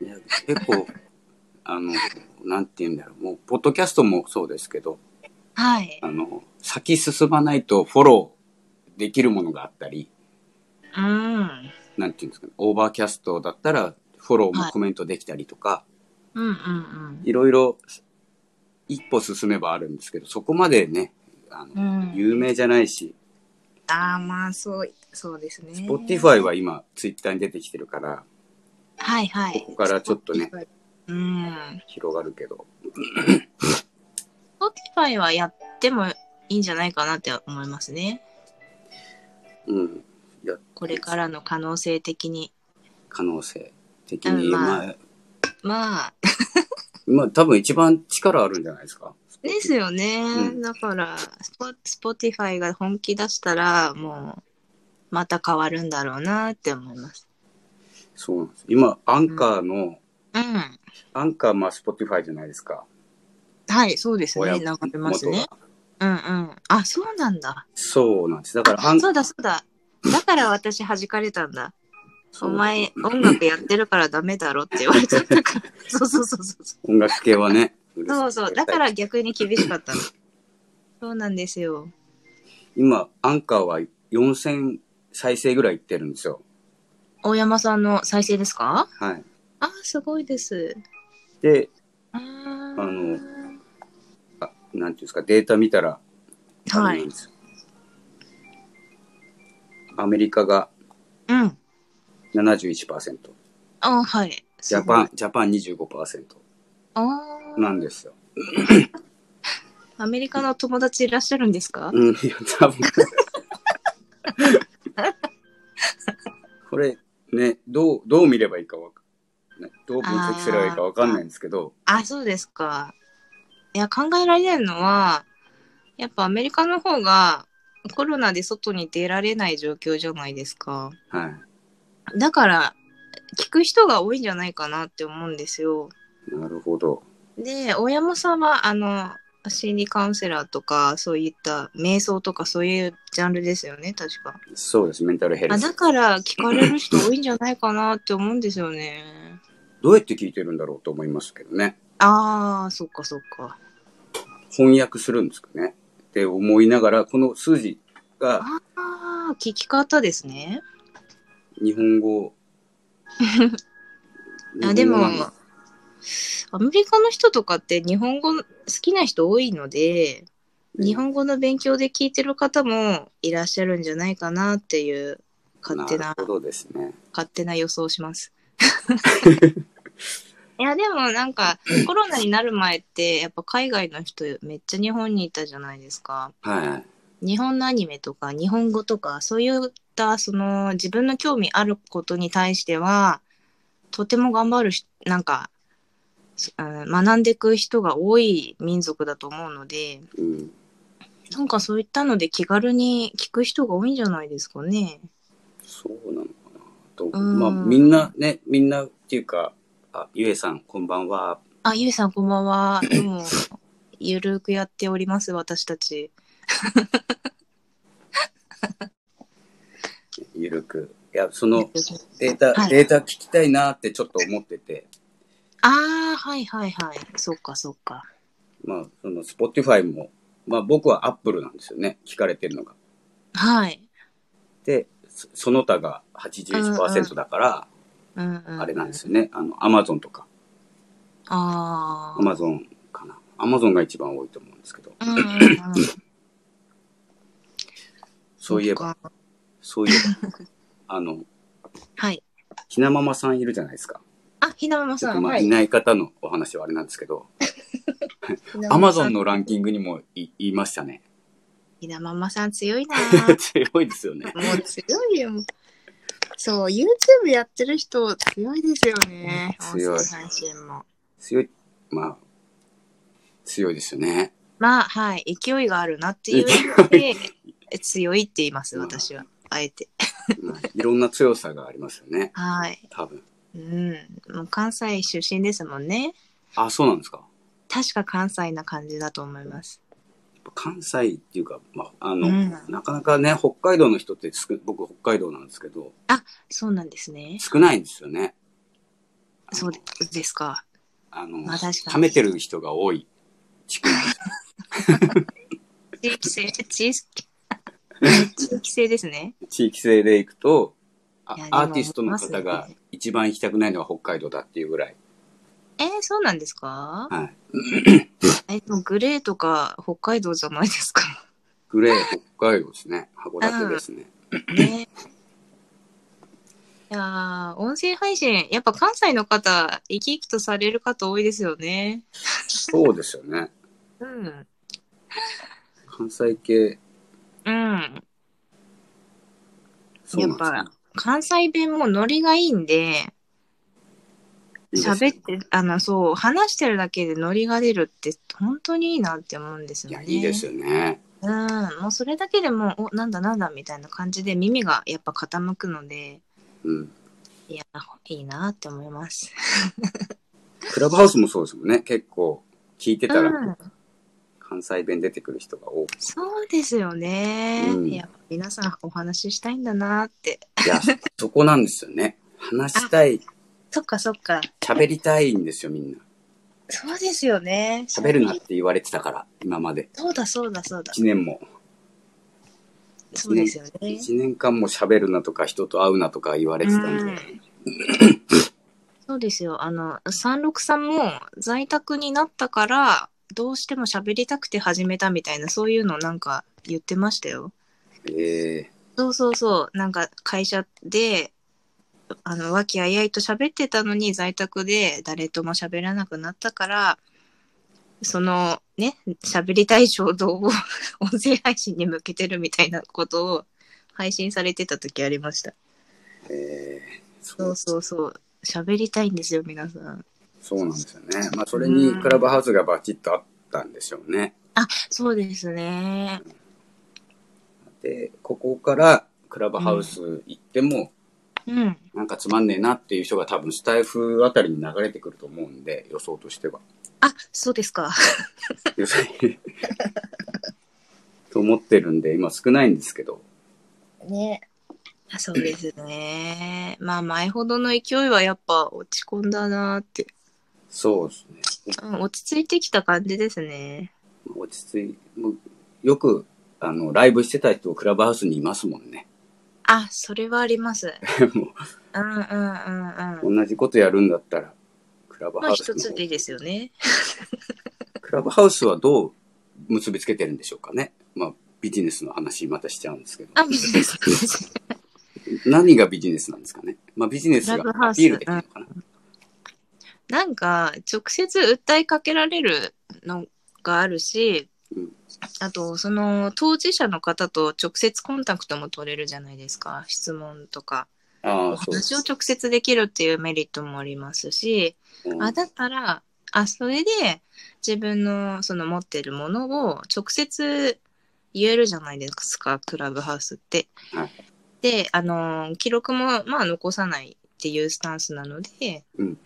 A: いや結構、あの、なんて言うんだろう、もう、ポッドキャストもそうですけど、
B: はい。
A: あの、先進まないとフォローできるものがあったり、
B: うん。
A: なんていうんですかね、オーバーキャストだったら、フォローもコメントできたりとか、
B: うんうんうん
A: いろいろ一歩進めばあるんですけど、そこまでね、あ
B: う
A: の、
B: ん。
A: 有名じゃないし、
B: ああ、まあ、そう、そうですね。
A: Spotify は今、ツイッターに出てきてるから、
B: はいはい。
A: ここからちょっとね。
B: うん。
A: 広がるけど。
B: Spotify はやってもいいんじゃないかなって思いますね。
A: うん。
B: これからの可能性的に。
A: 可能性的に、
B: うんま
A: まあ、
B: まあ、
A: まあ、多分一番力あるんじゃないですか。
B: ですよね。
A: うん
B: だから、スポ Spotify が本気出したら、もう、また変わるんだろうなって思います。
A: そうなんです。今、アンカーの、
B: うん。
A: アンカー、まあ、Spotify じゃないですか。
B: はい、そうですね。
A: 親
B: 流れます
A: 元
B: ね。
A: が
B: うんうん。あ、そうなんだ。
A: そうなんです。だから、アン
B: そうだそうだ。だから私弾かれたんだ。
A: そ
B: お
A: う
B: 前、音楽やってるからダメだろって言われちゃっ たから。そうそうそうそう。
A: 音楽系はね。うるさ
B: そ
A: いう
B: そう。だから逆に厳しか ったの。そうなんですよ。
A: 今、アンカーは4000再生ぐらいいってるんですよ。
B: 大山さんの再生ですか
A: はい。
B: あ、すごいです。
A: で、
B: あ
A: あの
B: の、
A: あなんていうんですか、データ見たら、あ
B: は
A: れないん。ですよアメリカが
B: うん。
A: 71%、
B: あ、はい。
A: ジャパン、ジャパン25%
B: ああー、
A: なんですよ。
B: アメリカの友達いらっしゃるんですか
A: うん、いや多分。これ、ね、どう、どう見ればいいかわかね、どう分析すればいいかわかんないんですけど、
B: あ、そうですか。いや、考えられるのは、やっぱアメリカの方がコロナで外に出られない状況じゃないですか。
A: はい。
B: だから、聞く人が多いんじゃないかなって思うんですよ。
A: なるほど。
B: で、大山さんは、あの、心理カウンセラーとか、そういった瞑想とかそういうジャンルですよね、確か。
A: そうです、メンタルヘル
B: あ
A: ス
B: だ。から聞かれる人多いんじゃないかなって思うんですよね。
A: どうやって聞いてるんだろうと思いますけどね。
B: ああ、そっかそっか。
A: 翻訳するんですかね。って思いながら、この数字が
B: ああ、聞き方ですね。
A: 日本語。
B: あでも
A: 日本語なんだ
B: アメリカの人とかって日本語好きな人多いので、日本語の勉強で聞いてる方もいらっしゃるんじゃないかなっていう勝手な
A: るほどですね。
B: 勝手な予想をします。いやでもなんかコロナになる前ってやっぱ海外の人めっちゃ日本にいたじゃないですか。
A: はい。
B: 日本のアニメとか日本語とかそういったその自分の興味あることに対してはとても頑張るしなんか、そあの学んでいく人が多い民族だと思うので
A: うん。
B: なんかそういったので気軽に聞く人が多いんじゃないですかね。
A: そうなのかな。と、
B: うん
A: まあ、みんなね、みんなっていうか、あ、ゆえさん、こんばんは。
B: あゆいさんこんばんは。どうもゆるくやっております私たち。
A: ゆるく。いや、そ
B: あ
A: のデータ、
B: はい
A: データ聞きたいなってちょっと思ってて、
B: あーはいはいはい。そっかそっか。
A: まあ、その、Spotify も、まあ、僕は Apple なんですよね。聞かれてるのが。
B: はい。
A: で、そその他が81%だから、
B: うんうん、
A: あれなんですよね。あの、Amazon とか、
B: ああ。
A: Amazon かな。Amazon が一番多いと思うんですけど、
B: うんうんうん、
A: そういえば、
B: そっか。
A: そういえば、 あの、
B: はい。
A: ひなままさんいるじゃないですか。
B: あ、ひなまま
A: ちょ
B: さ
A: っと
B: ん。
A: まあ、
B: はいい。
A: ない方のお話はあれなんですけど、
B: ひな
A: ア
B: ま
A: マ
B: まさん
A: ゾン。のランキングにもい言いましたね。
B: ひなままさん強いな
A: 強いですよね。
B: もう強いよ。そう、YouTube やってる人強いですよね。
A: 強い
B: 音声配信も。
A: 強い、まあ、強いですよね。
B: まあ、はい。勢いがあるなっていうので、 強いって言います、私は。あえて。
A: まあ、いろんな強さがありますよね。
B: はい。
A: 多分。
B: うん。もう関西出身ですもんね。
A: あ、そうなんですか。
B: 確か関西な感じだと思います。
A: 関西っていうか、まあ、あの、
B: うん
A: なかなかね、北海道の人って少、僕北海道なんですけど、
B: そうなんですね。
A: 少ないんですよね。
B: そうでですか。
A: あの、
B: まあ確かに
A: 貯めてる人が多い地区なんです
B: 地 域性、地域地域性ですね。
A: 地域性でいくと、あ
B: いやでも
A: アーティストの方が一番行きたくないのは北海道だっていうぐらい。
B: えー、そうなんですか
A: はい。
B: え、でもグレーとか北海道じゃないですか。
A: グレー、北海道ですね。函館ですね。
B: ね。いやー音声配信、やっぱ関西の方、生き生きとされる方多いですよね。
A: そうですよね。
B: うん。
A: 関西系、
B: うん。
A: そうなんです
B: やっ
A: ね
B: ぱ関西弁もノリがいいんで、
A: いいですね。
B: 喋って、あの、そう、話してるだけでノリが出るって、本当にいいなって思うんです
A: い
B: よ
A: や、
B: ね。
A: いいですよね。
B: うん。もうそれだけでもう、お、なんだなんだみたいな感じで耳がやっぱ傾くので、
A: うん。
B: いや、いいなって思います。
A: クラブハウスもそうですもんね。結構、聞いてた
B: うん
A: ら、関西弁出てくる人が多く
B: そうですよね。
A: うん
B: いや、皆さんお話ししたいんだなって。
A: いや、 そこなんですよね。話したい、
B: そっかそっか。
A: 喋りたいんですよ、みんな。
B: そうですよね。
A: 喋るなって言われてたから、今まで。
B: そうだそうだそうだ。
A: 1年も。
B: そうですよね。
A: 1年間も喋るなとか、人と会うなとか言われてたんで。
B: うんそうですよ。あの、36さんも在宅になったから、どうしても喋りたくて始めたみたいな、そういうのなんか言ってましたよ。
A: ええ
B: そうそうそう。なんか会社で、あの、和気あいあいと喋ってたのに、在宅で誰とも喋らなくなったから、そのね、喋りたい衝動を音声配信に向けてるみたいなことを配信されてた時ありました。
A: ええそ
B: そううそうそう。喋りたいんですよ、皆さん。
A: そうなんですよね。まあ、それにクラブハウスがバチッとあったんでしょうね。
B: そうですね。
A: で、ここからクラブハウス行っても、
B: うん。
A: なんかつまんねえなっていう人が多分スタイフあたりに流れてくると思うんで、予想として は。
B: あ、そうですか。
A: 予想と思ってるんで、今少ないんですけど。
B: ね。そうですね。まあ、前ほどの勢いはやっぱ落ち込んだなって。
A: そうですね。
B: うん、落ち着いてきた感じですね。
A: 落ち着い、もうよく、あの、ライブしてた人、クラブハウスにいますもんね。
B: あ、それはあり ます。
A: も
B: うんうんうんうん。
A: う、同じことやるんだったら、クラブハ
B: まあ
A: ウス
B: 一
A: の
B: つ
A: 方。
B: でですよね。
A: クラブハウスはどう結びつけてるんでしょうかね。まあ、ビジネスの話、またしちゃうんですけど。
B: あ、ビジネス。
A: 何がビジネスなんですかね。まあ、ビジネスが
B: クラブハ
A: ア
B: ウス
A: ピールできるのかな。
B: なんか、直接訴えかけられるのがあるし
A: うん、
B: あと、その当事者の方と直接コンタクトも取れるじゃないですか。質問とか。
A: あ
B: お
A: あ、そうで
B: 話を
A: す。
B: 直接できるっていうメリットもありますし、
A: うん
B: あ、だったら、あ、それで自分のその持ってるものを直接言えるじゃないですか、クラブハウスって
A: はい。
B: で、あのー記録もまあ残さないっていうスタンスなので、
A: うん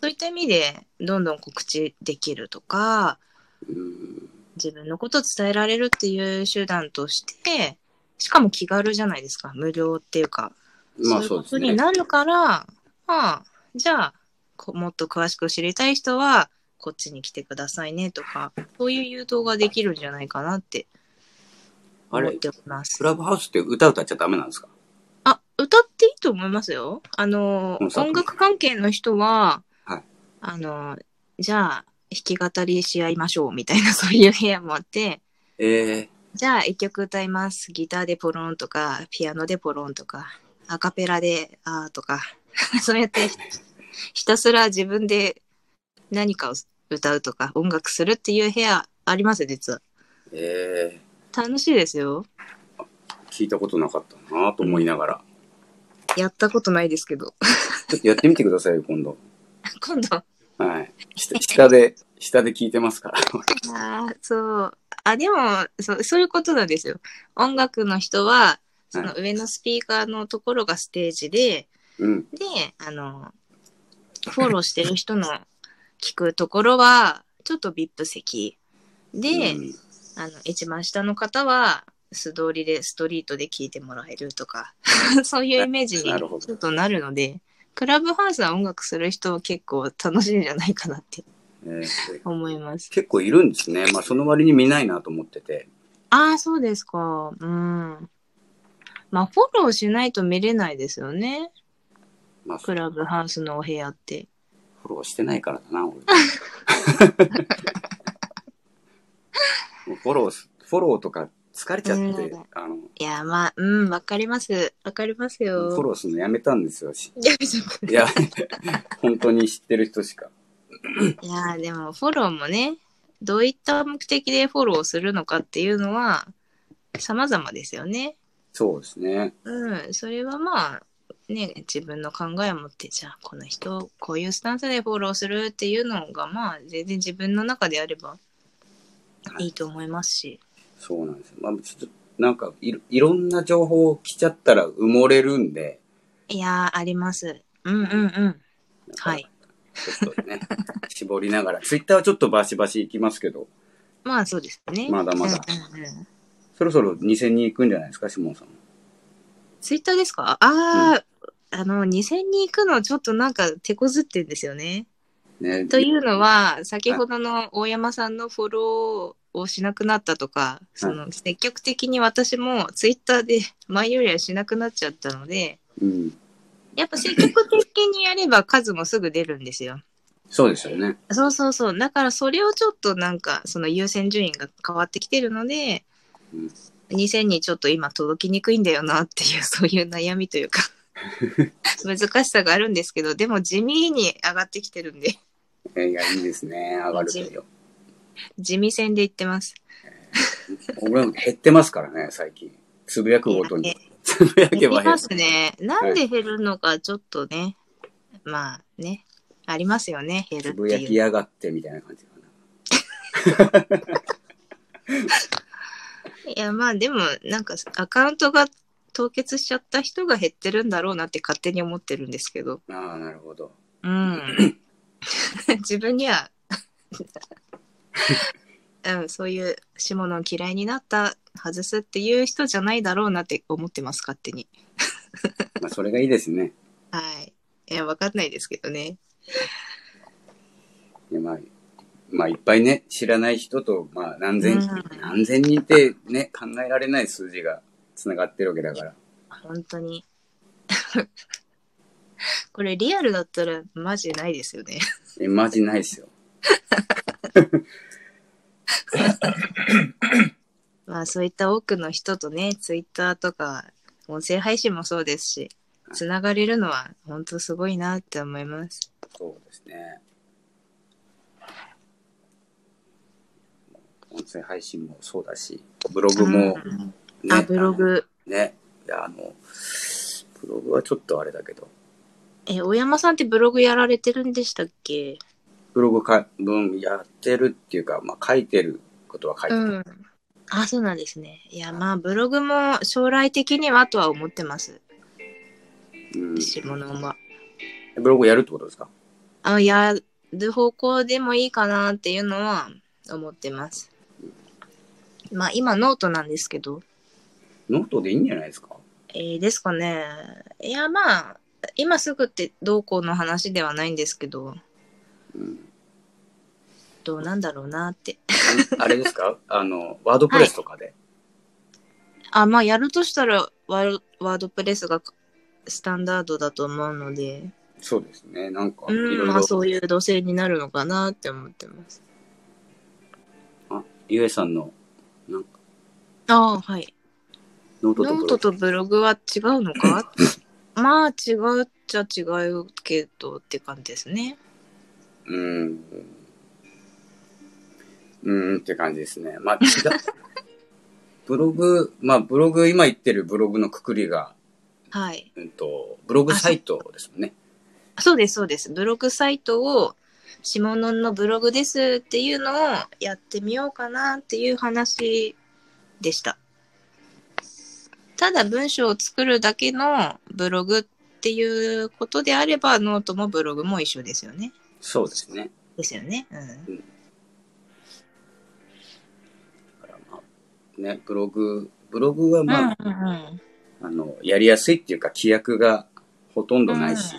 B: そういった意味でどんどん告知できるとか、
A: うん
B: 自分のことを伝えられるっていう手段として、しかも気軽じゃないですか、無料っていうか。
A: まあ、そう
B: そういうこ
A: で
B: と
A: す
B: に
A: ね。
B: なるから、まあ、じゃあこもっと詳しく知りたい人は、こっちに来てくださいねとか、そういう誘導ができるんじゃないかなって
A: あ
B: 思っ
A: れ、
B: ております
A: ク。ラブハウスって歌歌っちゃダメなんですか
B: あ、歌っていいと思いますよ。あの、
A: コンサート
B: 音楽関係の人は、
A: はい
B: あの、じゃあ、弾き語りし合いましょうみたいな、そういう部屋もあって、
A: ええ
B: じゃあ一曲歌います。ギターでポロンとか、ピアノでポロンとか、アカペラであーとか、 そうやってひひたすら自分で何かを歌うとか音楽するっていう部屋あります、実は。
A: ええ
B: 楽しいですよ。
A: 聞いたことなかったなと思いながら。
B: やったことないですけど。
A: ちょっとやってみてくださいよ、今度。
B: 今度、
A: はい。下下で、下で聞いてますから。
B: あーそう。あ、でもそう、そういうことなんですよ。音楽の人は、その上のスピーカーのところがステージで、
A: うん。
B: で、あの、フォローしてる人の聞くところは、ちょっと VIP 席で、
A: うん
B: あの、一番下の方は、素通りでストリートで聞いてもらえるとか、 そういうイメージに
A: なるほど
B: ちょっとなるので、クラブハウスは音楽する人は結構楽しいんじゃないかなって
A: えー
B: 思います。
A: 結構いるんですね。まあ、その割に見ないなと思ってて。
B: ああ、そうですか。うん。まあ、フォローしないと見れないですよね。
A: まあ、フ
B: クラブハウスのお部屋って。
A: ォローしてないからだな、 俺。もうフォローす、フォローとか疲れちゃって、
B: うん
A: あの、
B: いや、まあ、うん、わかります。わかります
A: フォ
B: よ。
A: ローするのやめたん ですよ。し
B: いや、ちょっと
A: いや、本当に知ってる人しか。
B: いや、でも、フォローもね、どういった目的でフォローするのかっていうのは、様々ですよね。
A: そうですね。
B: うん、それはまあ、ね、自分の考えを持って、じゃあ、この人をこういうスタンスでフォローするっていうのが、まあ、全然自分の中であればいいと思いますし。
A: そうなんですよ。まあ、ちょっと、なんかいろ、いろんな情報来ちゃったら埋もれるんで、
B: いやー、あります。うんうんうん。はい。
A: ちょっとね、 絞りながら、ツイッターはちょっとバシバシいきますけど、
B: まあ、そうですね。
A: まだまだ
B: うんうんうん
A: そろそろ2000人行くんじゃないですか、シモンさん。
B: ツイッターですかああ、あの、2000人行くのちょっとなんか手こずってんですよね。
A: ね、
B: というの、は、先ほどの大山さんのフォローをしなくなったとか、その積極的に私もツイッターで 前よりはしなくなっちゃったので、
A: うん、
B: やっぱ積極的にやれば数もすぐ出るんですよ。
A: そうですよね。
B: そうそうそう。だからそれをちょっとなんか、その優先順位が変わってきてるので、
A: うん
B: 2000にちょっと今届きにくいんだよなっていう、 そういう悩み というか、難しさがあるんですけど、でも地味に上がってきてるんで、
A: えいや、いいですね。上がるとよ。
B: 地味戦で言ってます。
A: 俺も減ってますからね、最近。つぶやくごとに
B: え。
A: つぶやけ
B: 減
A: ば
B: り
A: 減
B: ま
A: る
B: す。ね。なんで減るのかちょっとね、まあね、ありますよね、減る
A: つ
B: って
A: ぶやき
B: いう。
A: やがってみたいな感じかな。
B: いや、まあでも、なんかアカウントが凍結しちゃった人が減ってるんだろうなって勝手に思ってるんですけど。
A: ああ、なるほど。
B: うん。自分には、うん、そういう下の嫌いになった外すっていう人じゃないだろうなって思ってます、勝手に。
A: まあ、それがいいですね。
B: はい。いや、わかんないですけどね。
A: いやまあ、まあ、いっぱいね、知らない人と、まあ、何千人、
B: うん
A: 何千人ってね、考えられない数字が繋がってるわけだから。
B: 本当に。 これリアルだったらマジないですよね。
A: え、マジないですよ。
B: まあそういった多くの人とね、ツイッターとか音声配信もそうですし、つながれるのは本当すごいなって思います。
A: そうですね。音声配信もそうだし、ブログも、ね、
B: あ、ブログ。
A: ね、いや、あの、ブログはちょっとあれだけど、
B: え、大山さんってブログやられてるんでしたっけ
A: ブログか、うん、やってるっていうか、まあ、書いてることは書いて
B: う
A: る。
B: ん。あ、そうなんですね。いや、まあブログも将来的にはとは思ってます。
A: うん
B: 下の馬。
A: ブログやるってことですか
B: あ、やる方向でもいいかなっていうのは思ってます。まあ今ノートなんですけど、
A: ノートでいいんじゃないですか
B: えーですかね。いやまあ、今すぐってどうこうの話ではないんですけど、
A: うん
B: どうなんだろうなって。
A: あれです かあの、ワードプレスとかで。
B: あ、まあやるとしたらワーワードプレスがスタンダードだと思うので、
A: そうですね。なんか、
B: う
A: いろい
B: ん、まあ
A: ろ、
B: そういう路線になるのかなって思ってます。
A: ゆえさんの
B: ああ、はい。
A: ノートと
B: ノ
A: ブ
B: ー
A: ロ
B: ト
A: グ
B: とブログは違うの かまあ違うっちゃ違うけどって感じですね。
A: うーん。うーんって感じですね。まあ、違う ブログ、まあ、ブログ、今言ってるブログのくくりが、
B: はい。
A: うんと、ブログサイトですもんね。
B: そうです、そうです。ブログサイトを、下野のブログですっていうのをやってみようかなっていう話でした。ただ文章を作るだけのブログっていうことであれば、ノートもブログも一緒ですよね。
A: そうですね。
B: ですよね。うん。
A: だからまあ、ね、ブログ、ブログはまあ、
B: うんうんうん。
A: あの、やりやすいっていうか、規約がほとんどないし、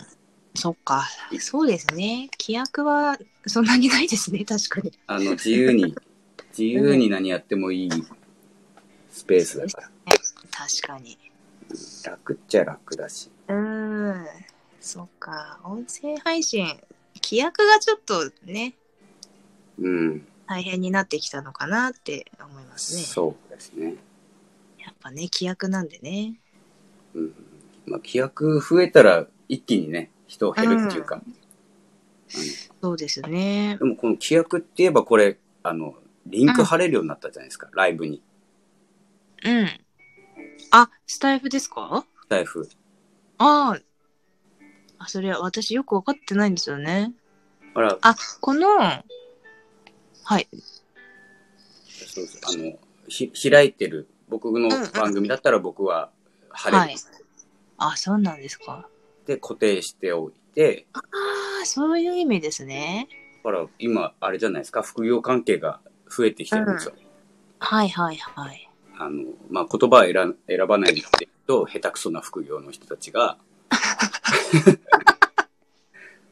B: そっか。そうですね。規約はそんなにないですね、 確かに。
A: あの、自由 に、自由に何やってもいいスペースだから。
B: 確かに。
A: 楽っちゃ楽だし。
B: うーん。そうか。音声配信、規約がちょっとね、
A: うん。
B: 大変になってきたのかなって思いますね。
A: そうですね。
B: やっぱね、規約なんでね。
A: うん。まあ、規約増えたら一気にね、人減るっていうか。
B: そうですね。
A: でもこの規約って言えばこれ、あの、リンク貼れるようになったじゃないですか。ライブに。
B: うん。あ、スタイフですか
A: ライフ。
B: あーあ。それは私よく分かってないんですよね。
A: あら、
B: この、はい。
A: そうそう。あの、ひ、開いてる。僕の
B: うんうん
A: 番組だったら僕は貼れる。
B: はいあ、そうなんですか。
A: で、固定しておいて、
B: ああ、そういう意味ですね。
A: ほら、今、あれじゃないですか。副業関係が増えてきてるんですよ。
B: はいはいはい。
A: あの、まあ、言葉を選選ばないって言うと、下手くそな副業の人たちが、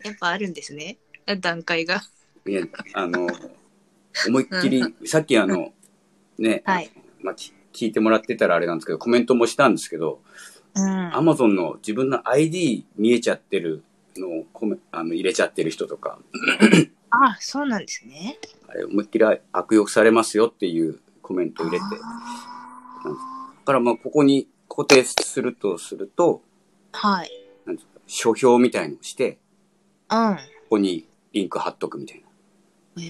B: やっぱあるんですね。段階が。
A: いや、あの、思いっきり、さっきあの、ね、
B: はい
A: まあ、き聞いてもらってたらあれなんですけど、コメントもしたんですけど、
B: うん。
A: アマゾンの自分の ID 見えちゃってるのをコメあの入れちゃってる人とか、
B: あ、そうなんですね。
A: あれ思いっきり悪用されますよっていうコメントを入れて、だからまあ、ここに固定するとすると、
B: はい。
A: なんですか、書評みたいのをして、
B: うん。
A: ここにリンク貼っとくみたいな。
B: ええっ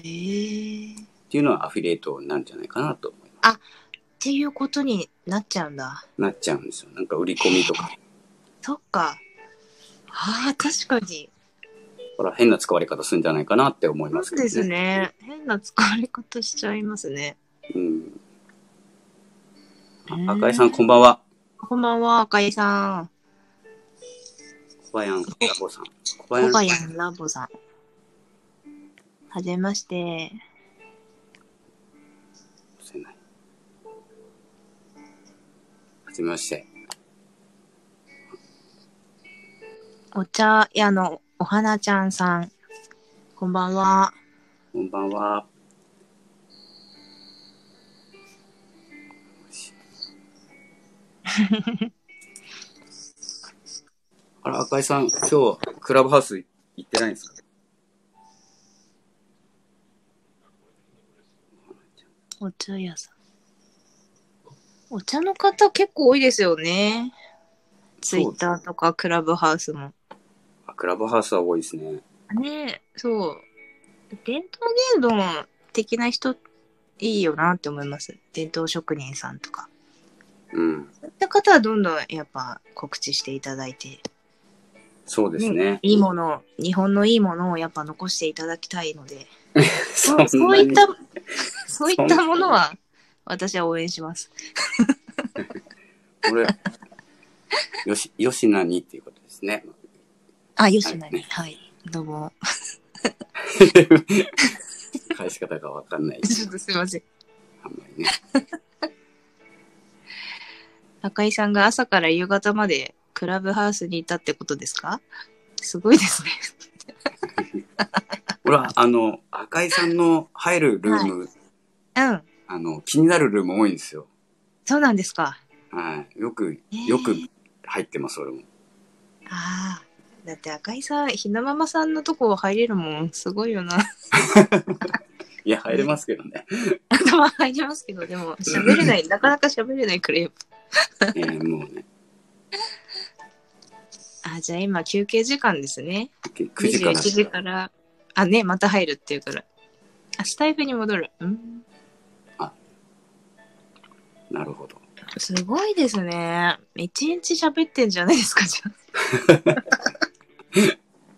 A: っていうのはアフィリエイトなんじゃないかなと思いま
B: ていうことになっちゃうんだ。
A: すなっちゃうんですよ。なんか売り込みとか。
B: そっか。ああ、確かに。
A: ほら、変な使われ方するんじゃないかなって思います
B: そ
A: け
B: う
A: どね。
B: ですね。変な使われ方しちゃいますね。
A: うん。
B: うん
A: あ赤井さん、こんばんは。
B: こんばんは、赤井さん。
A: 小林ラボさん。小
B: 小
A: 林
B: 林ラボさん。はじめまして。
A: せない。はじめまして。
B: お茶屋のお花ちゃんさん。こんばんは。
A: こんばん は。あら、赤井さん、今日、クラブハウス行ってないんですか
B: お茶屋さん。お茶の方結構多いですよね。ツイッターとかクラブハウスも。
A: あクラブハウスは多いですね。
B: ねそう。伝統芸能的な人、いいよなって思います。伝統職人さんとか。
A: うん。
B: そういった方はどんどんやっぱ告知していただいて、
A: そうですね。
B: いいものを、日本のいいものをやっぱ残していただきたいので、
A: そん
B: そ
A: な
B: う
A: に
B: そうい った、そういったものは私は応援します。
A: これ、よし、よしなにっていうことですね。
B: あ、よしなに。はい。どうも。
A: 返し方がわかんない。
B: ちょっとすいません。
A: あんまりね。
B: 赤井さんが朝から夕方までクラブハウスにいたってことですかすごいですね。
A: 俺は、あの、赤井さんの入るルーム、
B: うん。
A: あの、気になるルーム多いんですよ。
B: そうなんですか。
A: はい。よく
B: え、ー
A: よく入ってます、俺も。
B: ああ。だって赤井さん、ひなままさんのとこ入れるもん、すごいよな。
A: いや、入れますけどね。
B: 頭入りますけど、でも喋れない、なかなか喋れないからやっ
A: えー、もうね、
B: ぱ。あ、じゃあ今休憩時間ですね。
A: 9時から
B: 21。時から。あ、ね、また入るっていうから。あ、スタイフに戻る。うん。
A: なるほど。
B: すごいですね。一日喋ってんじゃないですか、じゃあ。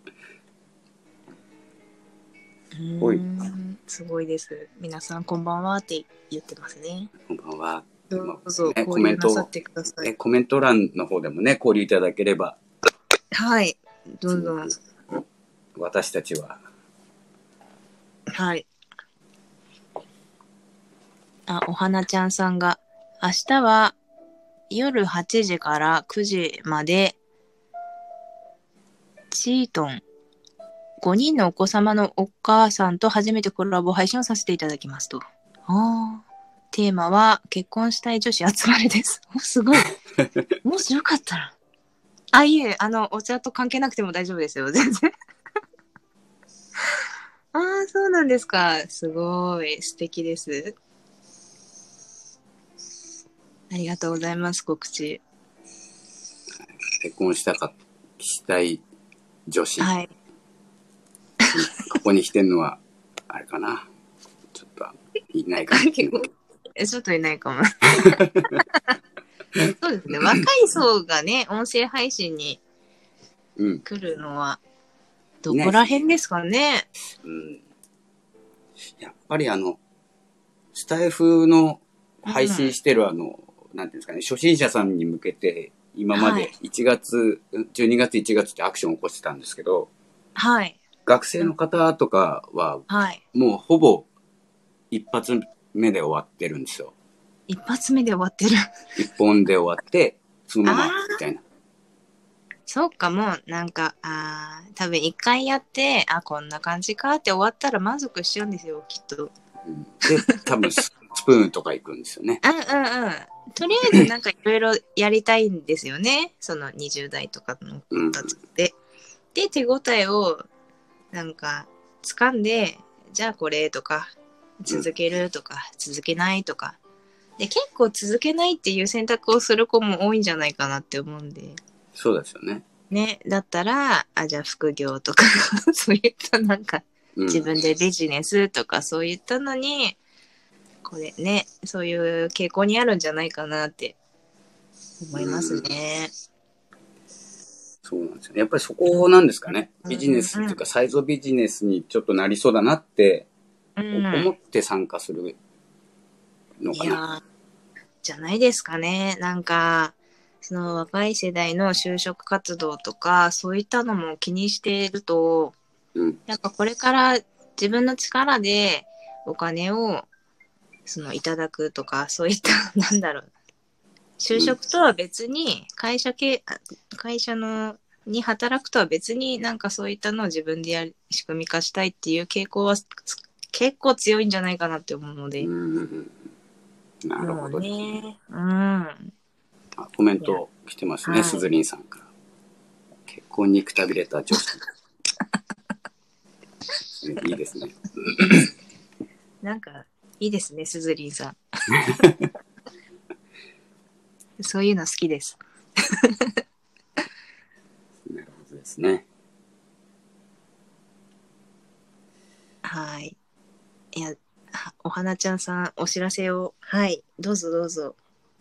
A: おいう
B: ーんすごいです。皆さんこんばんはって言ってますね。
A: こんばんは。
B: どうぞ
A: ね
B: 交
A: コメ
B: 流
A: ント
B: な
A: を
B: さってくださ
A: え、
B: い。
A: コメント欄の方でもね、交流いただければ、
B: はい。どんどん。
A: 私たちは。
B: はい。あ、お花ちゃんさんが、明日は夜8時から9時まで、チートン、5人のお子様のお母さんと初めてコラボ配信をさせていただきますと。ああ。テーマは、結婚したい女子集まれです。 お、すごい。もしよかったら。あ、いえ、あの、お茶と関係なくても大丈夫ですよ、全然。ああ、そうなんですか。すごい、素敵です。ありがとうございます、告知。
A: 結婚したか、したい女子。
B: はい。
A: ここに来てんのは、あれかな。ちょっと、いないかな。
B: 結構え、ちょっといないかも。そうですね。若い層がね、音声配信に
A: うん。
B: 来るのは、どこら辺ですかね。
A: うん。やっぱりあの、スタイフの配信してるあの、なんていうんですかね、初心者さんに向けて、今ま
B: はい
A: で1月、12月1月ってアクションを起こしてたんですけど、
B: はい。
A: 学生の方とかは、
B: はい。
A: もうほぼ一発目で終わってるんですよ。
B: 一発目で終わってる。
A: 一本で終わって、そのま
B: あ
A: ま、みたいな。
B: そうかもう、なんか、あー多分一回やって、あ、こんな感じかって終わったら満足しちゃうんですよ、きっと。
A: うんで、多分ス、スプーンとか行くんですよね。
B: うんうんうん。とりあえずなんかいろいろやりたいんですよね。その20代とかの
A: うん
B: 子たちって。で、手応えをなんか掴んで、じゃあこれとか、続けるとか、続けないとか。で、結構続けないっていう選択をする子も多いんじゃないかなって思うんで。
A: そうですよね。
B: ね、だったら、あ、じゃあ副業とか、 そういったなんか
A: うん、
B: 自分でビジネスとかそういったのに、これね、そういう傾向にあるんじゃないかなって思いますね。
A: そうなんですよね。やっぱりそこなんですかね。
B: うん
A: ビジネスっていうか、サイズビジネスにちょっとなりそうだなって
B: うん。
A: 思って参加するの
B: い
A: か
B: や
A: な。
B: ーじゃないですかね。なんか、その若い世代の就職活動とか、そういったのも気にしてると、
A: うん。
B: やっぱこれから自分の力でお金をそのいただくとか、そういった、なんだろう。就職とは別に、会社系、あ会社の、に働くとは別になんかそういったのを自分でやる、仕組み化したいっていう傾向はつ結構強いんじゃないかなって思うの
A: う
B: で。
A: んうんうんなるほど、
B: もうね。うん。
A: あコメント来てます
B: は
A: ね、
B: い
A: すずりんさんから。結婚にくたびれた女子。 ねいいですね。
B: なんか、いいですね、すずりんさ ん。そういうの好きです。
A: なるほどですね。
B: はい。いや、はお花ちゃんさん、お知らせを。はい。どうぞどうぞ。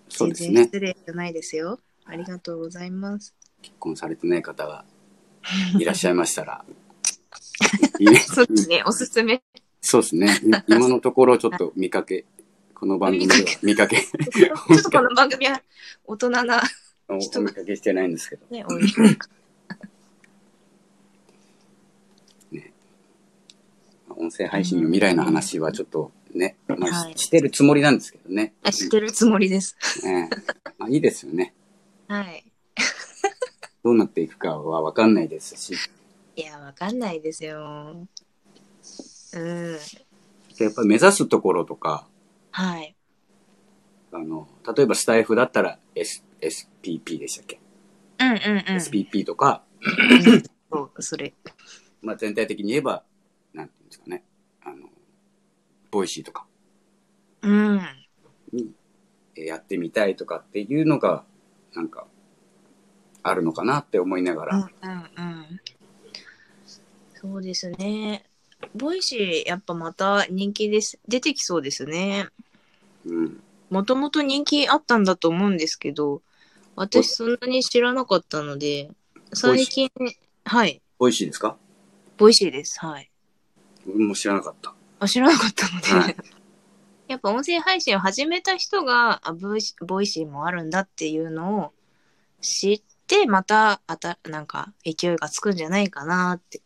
A: そうです
B: 全然
A: ね。
B: 失礼じゃないですよ。ありがとうございます。
A: 結婚されてない方がいらっしゃいました ら。いいね
B: そうですね、おすす め。
A: そうですね。い 今のところちょっと見かけ、この番組では見かけ、
B: ちょっとこの番組は大人な、
A: おお見かけしてないんですけど、
B: ね、多いから
A: 音声配信の未来の話はちょっとね、まあ、
B: はい
A: ししてるつもりなんですけどね。
B: あ知ってるつもりです。
A: ねまあ、いいですよね。
B: はい。
A: どうなっていくかはわかんないですし、
B: いや、わかんないですよ。うん。
A: やっぱり目指すところとか、
B: はい。
A: あの、例えばスタイフだったら、S、SPP でしたっけ、
B: うんうんうん。
A: ?SPP とか、
B: そう、それ。
A: まあ、全体的に言えば、なんていうんですかね、あの、ボイシーとか
B: うん。
A: にえーやってみたいとかっていうのが、なんか、あるのかなって思いなが
B: うんう
A: ら、
B: んうん。そうですね。ボイシー、やっぱまた人気です。出てきそうですね。
A: うん、
B: もともと人気あったんだと思うんですけど、私そんなに知らなかったので、最近、はい、
A: ボイシーですか
B: ボイシーです。はい。
A: 僕も知らなかった。
B: あ、知らなかったので、
A: はい
B: やっぱ音声配信を始めた人が、あボイシボイシーもあるんだっていうのを知って、また、あた、なんか、勢いがつくんじゃないかなって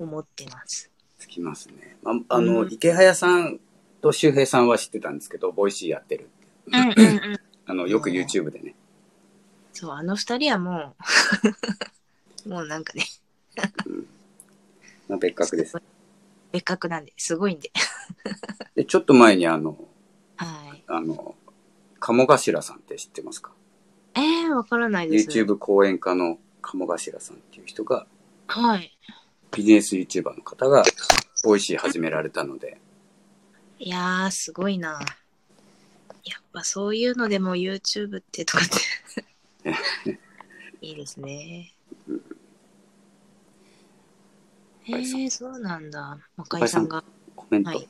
B: 思ってます。
A: つきますね。ああの、
B: うん
A: 池早さんと周平さんは知ってたんですけど、ボイシーやってる。
B: うんうんうん。
A: あの、よく YouTube でね。
B: そう、あの二人はもう、 もうなんかね、
A: まあ、別格です。
B: 別格なんで、すごいんで。
A: で、ちょっと前にあの、
B: は
A: あの、鴨頭さんって知ってますか
B: えー、わからないです。
A: ?YouTube 講演家の鴨頭さんっていう人が、
B: はい。
A: ビジネス YouTuber の方が、ボイシー始められたので、
B: いやー、すごいな。やっぱそういうのでも YouTube ってとかって。 いいですね。え
A: 岡井さん
B: ー、そうなんだ。若井さんが。
A: コメント、
B: はい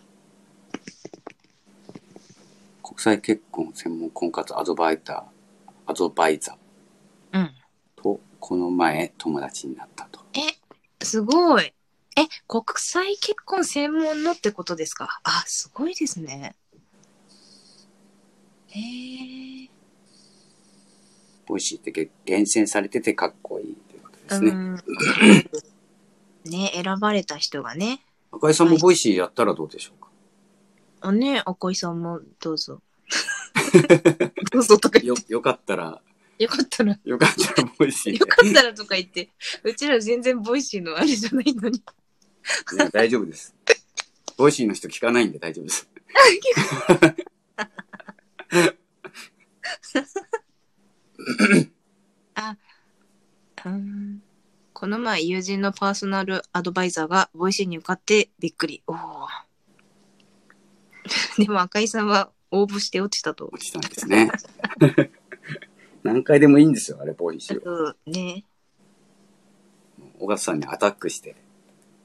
A: 国際結婚専門婚活アドバイザー、アドバイザ
B: うん。
A: ーと、この前友達になったと。
B: すごい。え、国際結婚専門のってことですかあ、すごいですね。へー。
A: ボイシーってげ厳選されててかっこいいということです
B: う
A: ね。
B: ん。ね、選ばれた人がね。
A: 赤井さんもボイシーやったらどうでしょうか、
B: あね、赤井さんもど うぞ。どうぞとか言
A: よ
B: って。、
A: よかったら、
B: よかったら、よ
A: よかったらボイシーで
B: かったらとか言って。うちら全然ボイシーのあれじゃないのに。
A: いや大丈夫です。ボイシーの人聞かないんで大丈夫です。
B: うんこの前、友人のパーソナルアドバイザーがボイシーに受かってびっくり。おお。 でも赤井さんは応募して落ちたと。
A: 落ちたんです ね。何回でもいいんですよ、あれ、ボイシーは。
B: うん、ね。
A: 小笠さんにアタックして。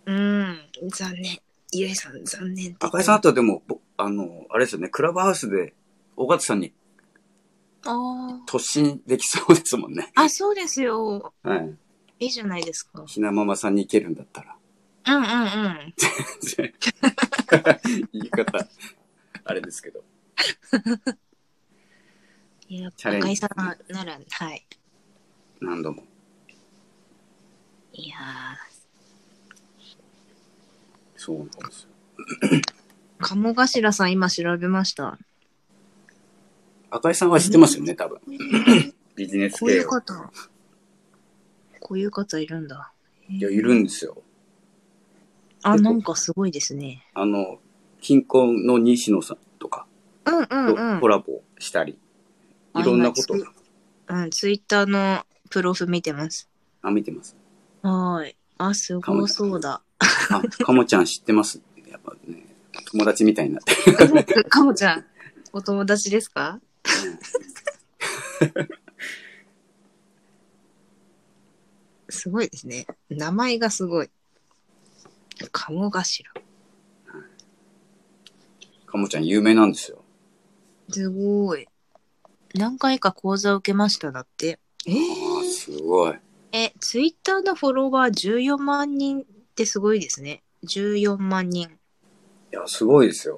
B: うん、残念。ゆえさん、残念って言った。
A: 赤井さんあとはでも、ぼあの、あれですよね、クラブハウスで、小笠さんに
B: あ
A: 突進できそうですもんね。
B: あ。あ、そうですよ。
A: はい。
B: いいじゃないですか。
A: ひなママさんに行けるんだったら。
B: うんうんうん。
A: 言い方、あれですけど。
B: いや、
A: チャレンジ
B: 赤井さんなら、はい。
A: 何度も。
B: いや
A: そうなんですよ。
B: ー、鴨頭さん今調べました。
A: 赤井さんは知ってますよね、多分。ビジネス
B: こうい
A: 系
B: う
A: を。
B: 方。こういう方いるんだ。
A: いや、いるんですよ。
B: あ、なんかすごいですね。
A: あの、近婚の西野さんとか
B: うんう
A: と
B: んうん
A: コ。ラボしたり、
B: あ
A: いろんなこと
B: 今うん、ツイッターのプロフ見てます。
A: あ、見てます。
B: はーい。あ、すごそうだ。
A: あ、かもちゃん知ってますやっぱね、友達みたいになってる。
B: かもちゃん、お友達ですかすごいですね。名前がすごい。鴨頭。
A: かもちゃん有名なんですよ。
B: すごい。何回か講座を受けましただって。えー
A: あーすごい。
B: え、ツイッターのフォロワー14万人ってすごいですね。14万人。
A: いや、すごいですよ。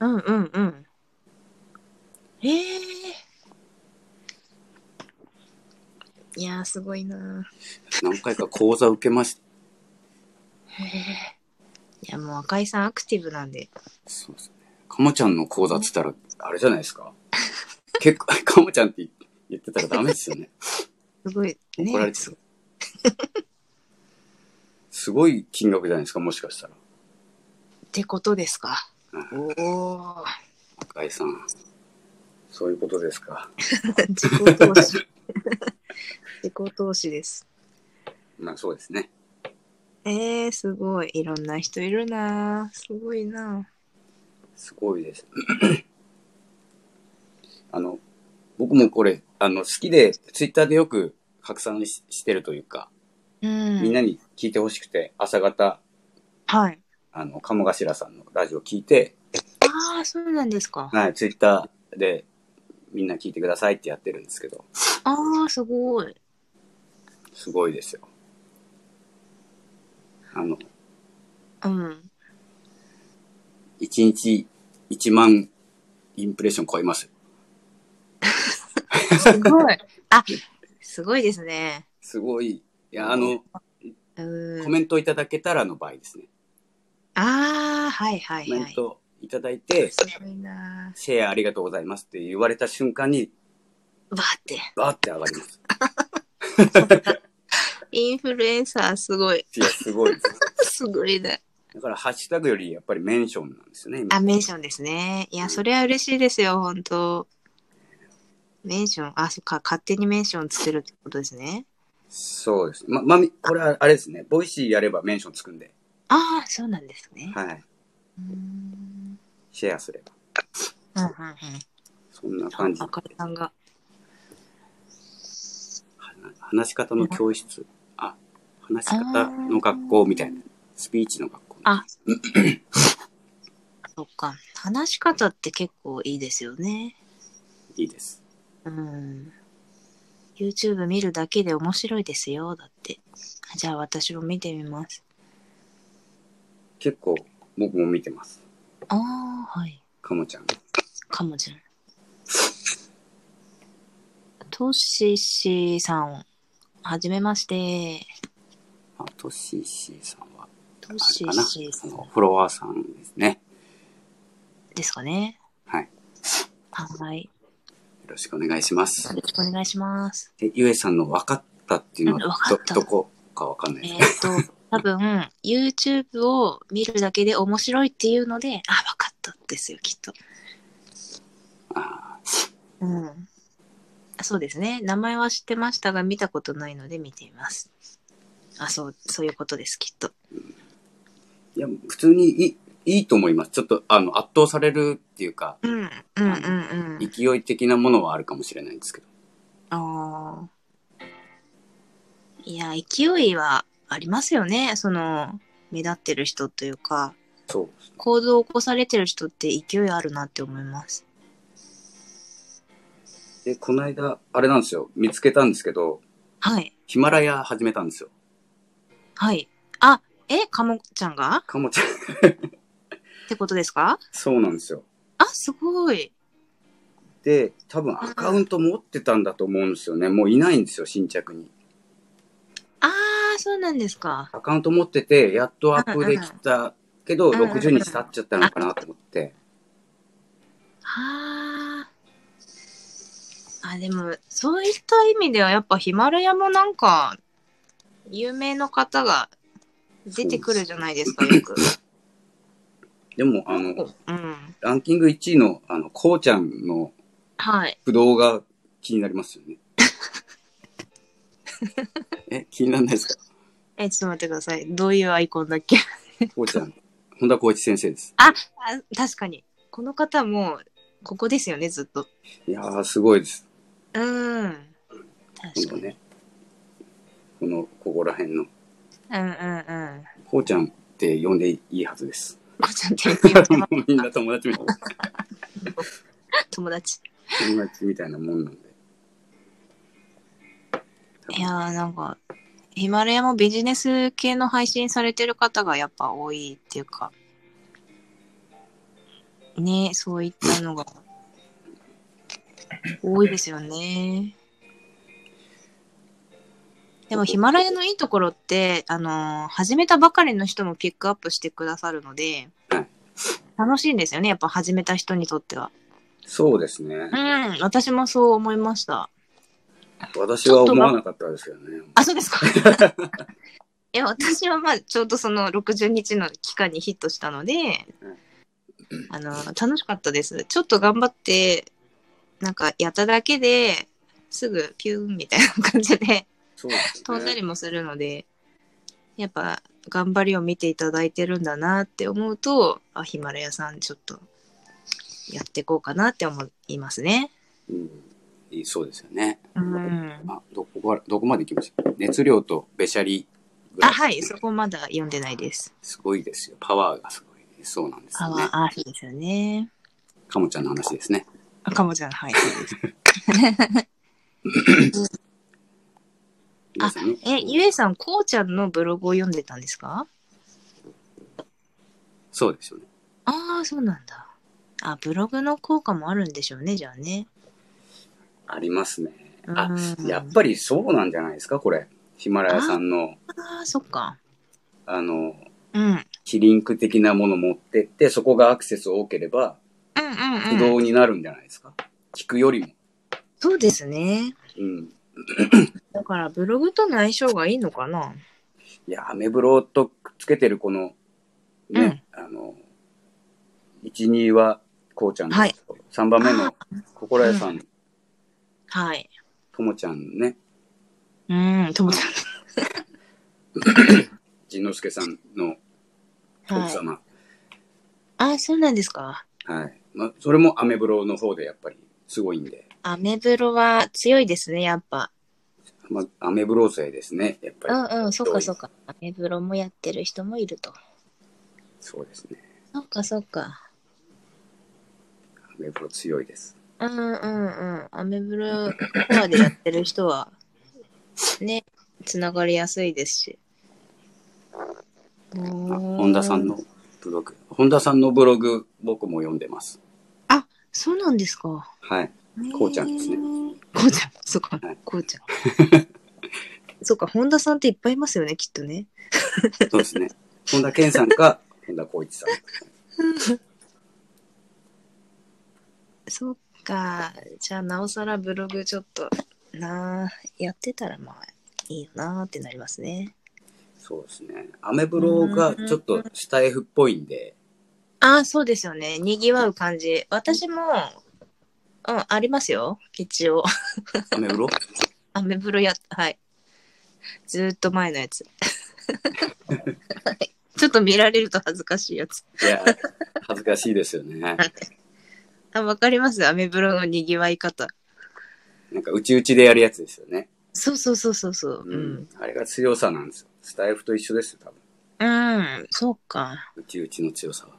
B: うんうんうん。ええいやー、すごいな
A: 何回か講座受けまし
B: ー。へえいや、もう赤井さんアクティブなんで。
A: た。そうですね。かもちゃんの講座って言ったら、あれじゃないですか。結構、 かもちゃんって言ってたらダメですよね。
B: すごい。ね
A: 怒られてる。すごい金額じゃないですか、もしかしたら。
B: ってことですか。おお。
A: 赤井さん。そういうことですか。
B: 自己投資。自己投資です。
A: まあそうですね。
B: ええー、すごい。いろんな人いるなー。すごいな
A: すごいです。 あの、僕もこれ、あの、好きで、ツイッターでよく拡散ししてるというか、
B: ー。うん。
A: みんなに聞いてほしくて、朝方、
B: はい。
A: あの、鴨頭さんのラジオ聞いて、
B: ああ、そうなんですか。
A: はい、ツイッターでみんな聞いてくださいってやってるんですけど、
B: ああ、すごい。
A: すごいですよ。あの、
B: うん。
A: 1日1万インプレッション超えます。
B: すごい。あ、すごいですね。
A: すごい。いや、あの、
B: う
A: コ
B: ん。
A: メントいただけたらの場合ですね。
B: ああ、はいはい
A: コメ
B: は
A: ン
B: い。
A: トいただいて、
B: すごいな
A: シェアありがとうございますって言われた瞬間に、
B: ー。バーって。
A: バーって上がります。
B: インフルエンサーすごい。
A: いや、すごいです。
B: すごいだ。
A: だから、ハッシュタグよりやっぱりメンションなんですよね、今
B: あ、メンションですね。いや、それは嬉しいですよ、本当メンション、あ、そっか、勝手にメンションつけるってことですね。
A: そうです。ま、まみ、これはあれですね。ボイシーやればメンションつくんで。
B: ああ、そうなんですね。
A: はい。
B: うーん
A: シェアすれば。
B: うんうんうん。
A: そんな感じ。
B: あかりさんが。
A: 話し方の教室。あ、話し方の学校みたいな。スピーチの学校。
B: あそっか。話し方って結構いいですよね。
A: いいです。
B: うん。YouTube 見るだけで面白いですよ。だって。じゃあ私も見てみます。
A: 結構、僕も見てます。
B: ああ、はい。
A: かもちゃん。
B: かもじゃん。 とししさん、はじめまして。
A: あと、シーシーさんは、
B: と
A: あ
B: し
A: れかな。
B: しさ
A: そ
B: ん
A: のフォロワーさんですね。
B: ですかね。
A: はい。
B: はい。
A: よろしくお願いします
B: よ。ろしくお願いします。
A: でゆえさんの分かったっていうのは
B: うん
A: ど
B: 分かった
A: どこか分かんない
B: え
A: です。
B: ーっと、多分、YouTube を見るだけで面白いっていうので、あ、わかったですよ、きっと。
A: あ
B: うん。そうですね。名前は知ってましたが、見たことないので見ています。あ、そう、そういうことです、きっと。
A: ーいや、普通にいい、いいと思います。ちょっと、あの、圧倒されるっていうか、
B: うん、うん、うん、うん。
A: 勢い的なものはあるかもしれないんですけど。
B: ああ。いや、勢いはありますよね。その、目立ってる人というか、
A: そうですね。
B: 行動を起こされてる人って勢いあるなって思います。
A: で、この間、あれなんですよ。見つけたんですけど、
B: はい。
A: ヒマラヤ始めたんですよ。
B: はい。あ、え、かもちゃんが
A: かもちゃん。
B: ってことですか
A: そうなんですよ。
B: あ、すごい。
A: で、多分アカウント持ってたんだと思うんですよね。もういないんですよ、新着に。
B: ああ、そうなんですか。
A: アカウント持ってて、やっとアップできたけど、
B: うんうん
A: 60日経っちゃったのかなと思って。
B: はあ。あ、でも、そういった意味では、やっぱヒマラヤもなんか、有名の方が出てくるじゃないですか、よく。
A: でも、あの、
B: うん。
A: ランキング1位の、あの、こうちゃんの
B: はい。
A: 不動が気になります よね。え、気にならないですか
B: え、ちょっと待ってください。どういうアイコンだっけ
A: こうちゃん。本田光一先生です。
B: あ、確かに。この方も、ここですよね、ずっと。
A: いやー、すごいです。
B: うーん。
A: こ
B: 確か
A: の
B: に。
A: ね、この、ここら辺の、
B: うんうんうん。
A: こうちゃんって呼んでいいはずです。
B: こちゃんって言 ってま
A: もうみんな友達みたいな、
B: す友達。
A: 友達みたいなもんなんで。
B: いやー、なんか、ヒマラヤもビジネス系の配信されてる方がやっぱ多いっていうか、ね、そういったのが多いですよね。でもヒマラヤのいいところって、あのー始めたばかりの人もピックアップしてくださるので
A: はい、
B: 楽しいんですよね、やっぱ始めた人にとっては。
A: そうですね
B: う。ん、私もそう思いました。
A: 私は思わなかったですけどね。
B: あ、そうです か。いや、私はまあ、ちょうどその60日の期間にヒットしたので、あの、楽しかったです。ちょっと頑張って、なんかやっただけで、すぐピューンみたいな感じで
A: そうです
B: 飛んだ
A: ね。
B: りもするので、やっぱ頑張りを見ていただいてるんだなって思うと、あ、ヒマラヤさんちょっとやっていこうかなって思いますね。
A: うんいいそうですよね。
B: うん。
A: あ、どこから、どこまで行きました熱量とべしゃりぐら
B: あ、
A: い。
B: はい、そこまだ読んでないです。
A: すごいですよ。パワーがすごい。そうなんです
B: あ
A: よね。
B: あ、そうですよね。
A: かもちゃんの話ですね。
B: かもちゃん、はい。
A: 皆さんね
B: え、ゆえさん、こうちゃんのブログを読んでたんですか
A: そうですよね。
B: ああ、そうなんだ。あ、ブログの効果もあるんでしょうね、じゃあね。
A: ありますね。
B: うん
A: あ、やっぱりそうなんじゃないですか、これ。ヒマラヤさんの、
B: ああ、そっか。
A: あの、
B: うん。うん
A: キリンク的なもの持ってって、そこがアクセス多ければ、不
B: うんう
A: 動
B: ん。
A: になるんじゃないですか。聞くよりも。
B: そうですね。
A: うん。
B: だから、ブログとの相性がいいのかな。
A: いや、アメブロとくっつけてるこの、ね、あの、1、2はこうちゃんです
B: はい
A: 3番目
B: あ
A: の心屋さん、
B: はい。
A: ともちゃんね、
B: うん、ともち
A: 仁之助さんの
B: ゃん。は
A: 奥
B: い。
A: 様。
B: あ、そうなんですか。
A: はい。まあ、それもアメブロの方でやっぱりすごいんで、
B: アメブロは強いですね、やっぱ。
A: まあ、アメブロ勢ですね、やっぱり。
B: うんうん、そっかそっ
A: か。
B: か。アメブロもやってる人もいると。
A: そうですね。
B: そっかそっか。
A: アメブロ強いです。
B: うんうんうん。アメブロコアでやってる人は、ね、つながりやすいですし。
A: あ
B: 本
A: 本田さんの。ブログ。本田さんのブログ、僕も読んでます。
B: そうなんですか。
A: はい。こうちゃんですね
B: へー。こうちゃん、そっか
A: はい、
B: こうちゃん。 そっか、本田さんっていっぱいいますよね、きっとね。
A: そうですね。本田健さんか、本田光一さん。
B: そっか、じゃあなおさらブログちょっとなあ、やってたらまあいいよなあってなりますね。
A: そうですね。アメブロがちょっとスタイフっぽいんで、
B: ああ、そうですよね。にぎわう感じ。私も、うん、ありますよ。一応。
A: アメブロ
B: アメブロやっ、はい。ずーっと前のやつ。 はいちょっと見られると恥ずかしいやつ。
A: いや、恥ずかしいですよね。
B: あ、わかりますアメブロのにぎわい方。
A: なんか、うちうちでやるやつですよね。
B: そうそうそうそうそう。う
A: うんん。。あれが強さなんですよ。スタイフと一緒ですよ、多分。
B: うん、そうか。
A: うちうちの強さは。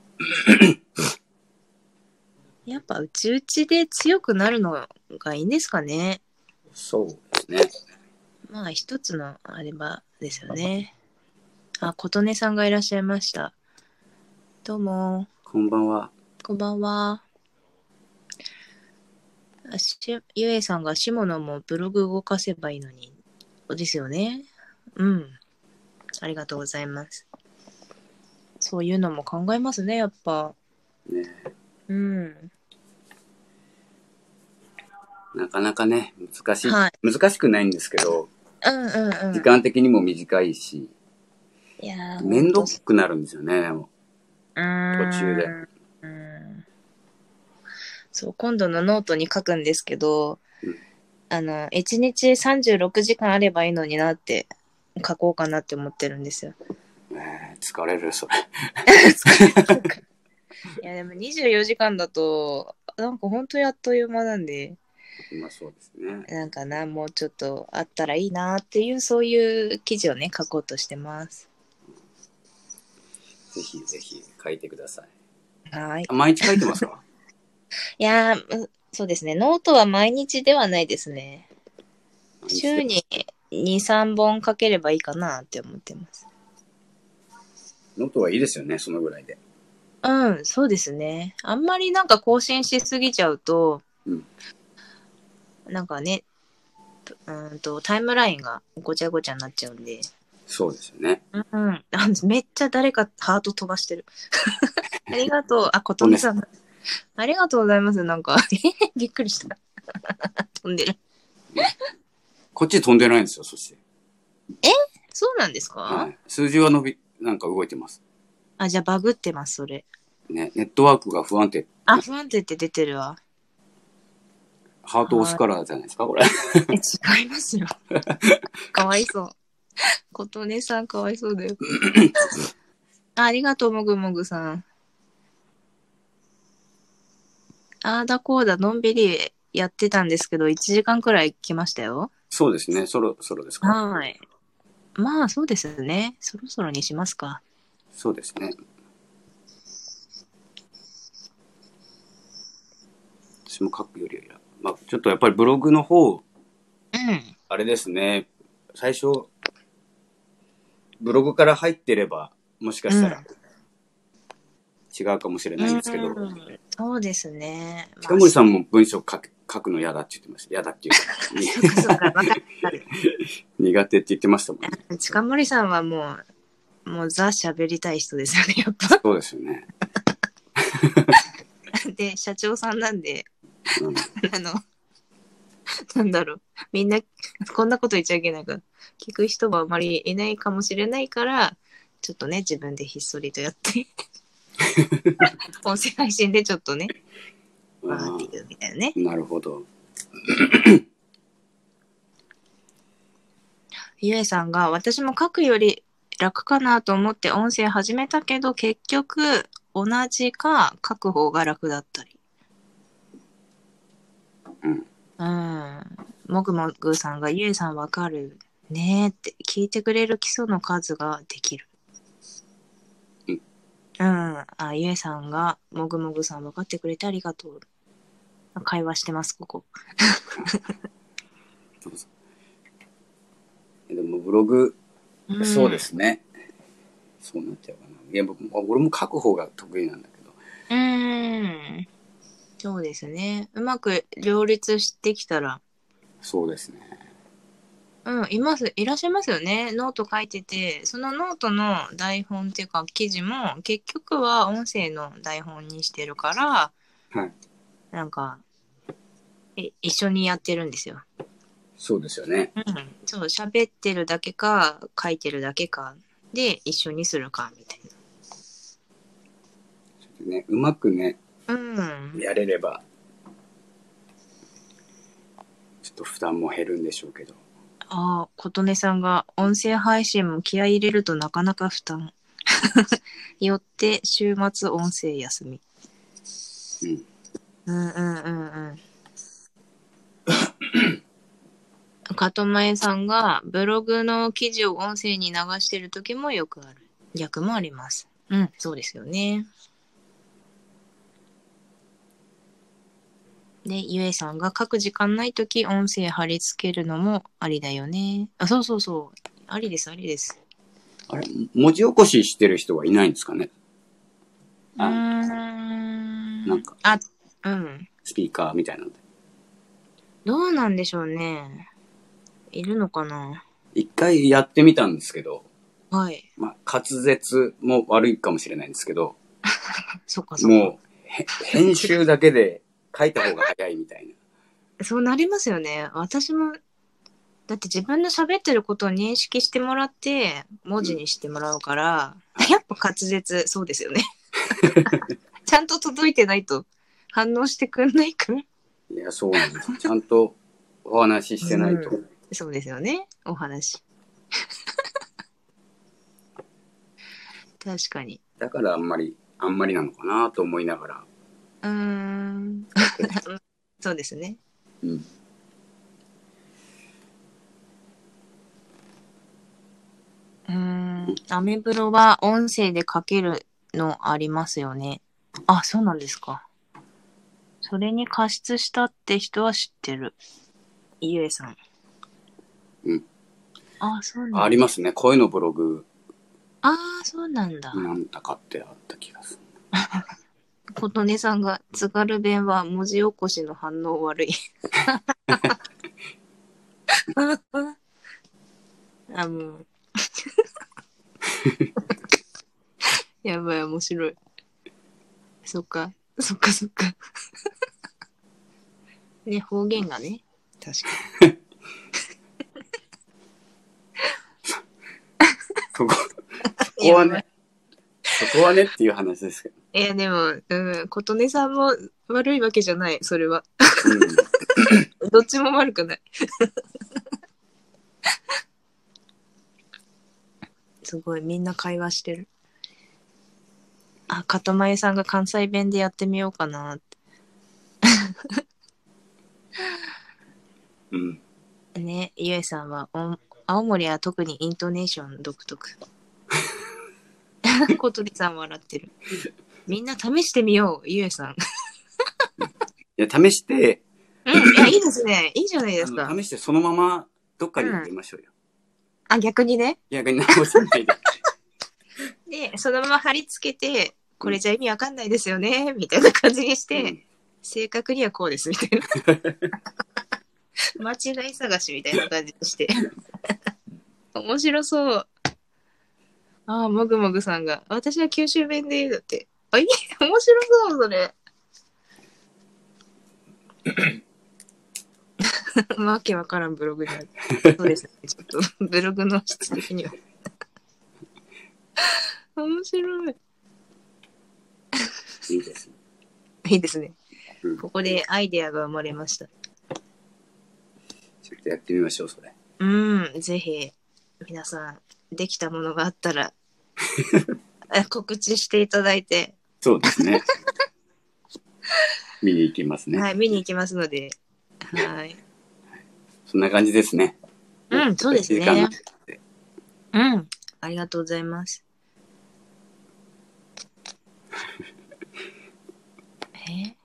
B: やっぱうちうちで強くなるのがいいんですかね。
A: そうですね。
B: まあ一つのあればですよね。あ、琴音さんがいらっしゃいました。どうも、
A: こんばんは。
B: こんばんは。あしゆえさんが下野もブログ動かせばいいのに。ですよね。うん。ありがとうございます。そういうのも考えますね、やっぱ。
A: ね、
B: うん。
A: なかなかね、難しい,、
B: はい
A: 難しくないんですけど、
B: うんうんうん。
A: 時間的にも短いし、
B: いやー
A: 面倒くなるんですよね。でも
B: 途
A: 中で
B: うんそう今度のノートに書くんですけど、
A: うん
B: あの1日36時間あればいいのになって書こうかなって思ってる んですよ。
A: ね疲れる、それ。
B: いやでも24時間だとなんか本当にあっという間なんで
A: まあそうですね。
B: なんかなもうちょっとあったらいいなっていうそういう記事をね書こうとしてます。
A: ぜひぜひ書いてください。
B: はい。
A: あ毎日書いて ますか
B: いやーうそうですねノートは毎日ではないですね。週に2、3本書ければいいかなって思ってます。
A: ノートはいいですよね、そのぐらいで。
B: うん、そうですね。あんまりなんか更新しすぎちゃうと、
A: うん
B: なんかね、うーんと、タイムラインがごちゃごちゃになっちゃうんで、
A: そうですよね。
B: うん、あめっちゃ誰かハート飛ばして る。ありがとう。あ、琴美さん。ありがとうございます。なんか、 びっくりした。 飛んでる。
A: こっち飛んでないんですよ、そして。
B: そうなんですか、
A: はい。数字は伸び、なんか動いてます。
B: あ、じゃあバグってます、それ。
A: ね、ネットワークが不安定。
B: あ、不安定って出てるわ。
A: ハート押すからじゃないですか、これ。
B: え、違います よ。かわいそう。琴音さんかわいそう だよ。あありがとう、もぐもぐさん。あーだこうだ、のんびりやってたんですけど、1時間くらい来ましたよ。
A: そうですね、そろそろですか。
B: はい。まあ、そうですね。そろそろにしますか。
A: そうですね。私も書くよりは、まあ、ちょっとやっぱりブログの方、
B: うん。
A: あれですね、最初、ブログから入ってれば、もしかしたら、違うかもしれないんですけど、
B: うんそうですね。まあ
A: 近森さんも文章書く書くの嫌だって言ってました。嫌だって いう
B: そ
A: か
B: っかそっかわかるわかる
A: に、苦手って言ってました もんね。
B: 近森さんはもう、もうザ喋りたい人ですよね、やっぱ。
A: そうですよね。
B: で、社長さんなんで、
A: うん
B: あの、なんだろう、みんな、こんなこと言っちゃいけないから、聞く人はあまりいないかもしれないから、ちょっとね、自分でひっそりとやって、音声配信でちょっとね、わーっていくみたいなね。
A: なるほど。
B: ゆえさんが、私も書くより楽かなと思って音声始めたけど、結局、同じか書く方が楽だったり。
A: うん。
B: うん。もぐもぐさんが、ゆえさんわかるねーって、聞いてくれる基礎の数ができる。
A: うん。
B: うん。あ、ゆえさんが、もぐもぐさん分かってくれてありがとう。会話してます、ここ。
A: でもブログ、
B: ん
A: そうで。すね。そうなっちゃうかな。いや、僕も俺も書く方が得意なんだけど。
B: うーん。そうですね。うまく両立してきたら、
A: そうですね。
B: うん、います、いらっしゃいますよね。ノート書いてて、そのノートの台本っていうか記事も、結局は音声の台本にしてるから、
A: はい。
B: なんか、え一緒にやってるんですよ。
A: そうですよね。
B: うん。そう、喋ってるだけか、書いてるだけか、で、一緒にするか、みたい
A: ねうまくね、
B: な。うん。
A: やれれば、ちょっと負担も減るんでしょうけど。
B: ああ、琴音さんが音声配信も気合い入れるとなかなか負担。 よって週末音声休み。
A: うん。
B: うんうんうん うん。かとまえさんがブログの記事を音声に流してる時もよくある。逆もあります。うん、そうですよね。で、ゆえさんが書く時間ない時音声貼り付けるのもありだよね。あ、そうそうそう。ありです、ありです。
A: あれ、文字起こししてる人はいないんですかね
B: うー
A: あ
B: ん。
A: なんか
B: あ、うん。
A: スピーカーみたいなので。
B: どうなんでしょうね。いるのかな
A: 一回やってみたんですけど、
B: はい。
A: まあ、滑舌も悪いかもしれないんですけど、
B: そっかそっか。
A: もう、へ編集だけで書いた方が早いみたいな。
B: そうなりますよね。私も、だって自分の喋ってることを認識してもらって、文字にしてもらうから、
A: うん
B: やっぱ滑舌、そうです よね。ちゃんと届いてないと反応してくんないから。
A: いや、そうなんです。ちゃんとお話ししてないと。
B: うそうですよね、お話。確かに。
A: だからあんまり、あんまりなのかなと思いながら。
B: うーん。 そうですね。
A: うん。
B: うーん。アメブロは音声で書けるのありますよね。あ、そうなんですか。それに加筆したって人は知ってる。ゆえさん。
A: うん。
B: あ、そう
A: あ
B: なんだ。
A: りますね。声のブログ、
B: ああ、そうなんだ。
A: なんだかってあった気がする。
B: 琴音さんが、津軽弁は文字起こしの反応悪い。 あ、もう。 やばい、面白い。そっか、そっか、そっか。 ね、方言がね。確か
A: そこ、 そ
B: に。
A: こはね、そこはねっていう話ですけど。
B: いや、でも、うん、琴音さんも悪いわけじゃない、それは。
A: うん。
B: どっちも悪くない。 すごい、みんな会話してる。あ、かとまえさんが関西弁でやってみようかなって。
A: うん。
B: ね、ゆえさんはお、青森は特にイントネーション独 特。小鳥さん笑ってる。みんな試してみよう、ゆえさん。
A: いや、試して、
B: うん、いや、いいですね。いいじゃないで
A: あ
B: す
A: の
B: か。
A: 試してそのままどっかに行ってみましょうよ。
B: あ、逆にね。
A: いや、直さないで。
B: で、そのまま貼り付けて、これじゃ意味わかんないですよね、みたいな感じに して、
A: うん
B: 正確にはこうですみたいな間違い探しみたいな感じにして面白そうああもぐもぐさんが私は九州弁で言うだってあいい面白そうそれわけわからんブログになるそうですねちょっとブログの質的には面白い。
A: いいですね。
B: いいですね
A: うん。
B: ここでアイデアが生まれました。
A: ちょっとやってみましょう、それ。
B: うん、ぜひ、皆さん、できたものがあった ら、え告知していただいて、
A: そうです ね。見に行きますね。
B: はい、見に行きますので、 はい。
A: そんな感じですね。
B: うんそうですね
A: 時間なんで
B: うん、ありがとうございます。え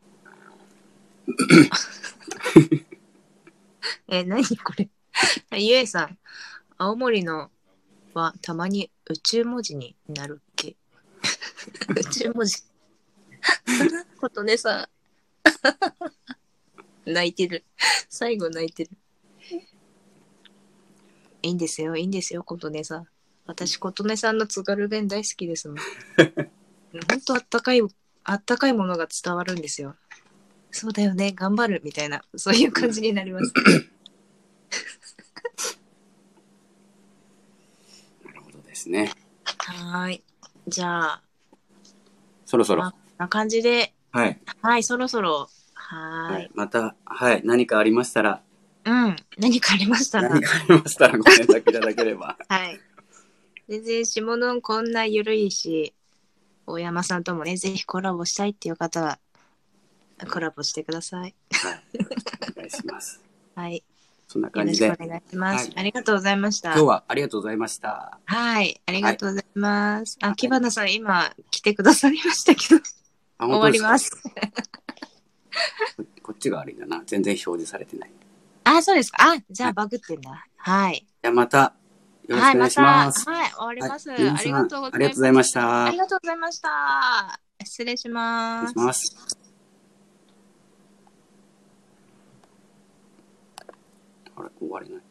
B: え、何これ。ゆえさん、青森のはたまに宇宙文字になるっけ宇宙文字。 ことねさ ん。泣いてる。 最後泣いてる。いいんですよ、いいんですよ、琴音さん。私、琴音さんの津軽弁大好きです もん。ほんとあったかい、あったかいものが伝わるんですよ。そうだよね、頑張る、みたいな、そういう感じになります。
A: なるほどですね。
B: はーい。じゃあ、
A: そろそろ。
B: まあ、こんな感じで、
A: はい。
B: はい、そろそろ、はーい。
A: また、はい。何かありましたら、
B: うん、何かありましたら
A: 何、かありましたらご連絡いただければ。
B: はい。全然、下のこんな緩いし、大山さんともね、ぜひコラボしたいっていう方は、コラボしてください。
A: はい。お願いします。
B: はい。
A: そんな
B: よ
A: 感
B: ろ
A: じ
B: し
A: で、
B: くお願いします。
A: はい
B: ありがとうございました。
A: 今日はありがとうございました。
B: はい、ありがとうございます。あ、木花さん、今来てくださりましたけど、
A: あ
B: 終わりますす。
A: か。こっちがあれだな。全然表示されてない。じ
B: あ、そうですか。あ、じゃ
A: は
B: あ
A: い
B: バグってんだ。はい。
A: ゃあまた、よろし
B: は
A: くお
B: い、
A: 願
B: ま、
A: いしたま
B: はい、
A: す。
B: 終わります。あ
A: 皆さ
B: り
A: ん
B: がとうご
A: ありがとう
B: ざいます。
A: ございました
B: ありがとうございました。失礼し
A: 失
B: ま
A: 礼
B: す
A: し。ます。あれ、終われない。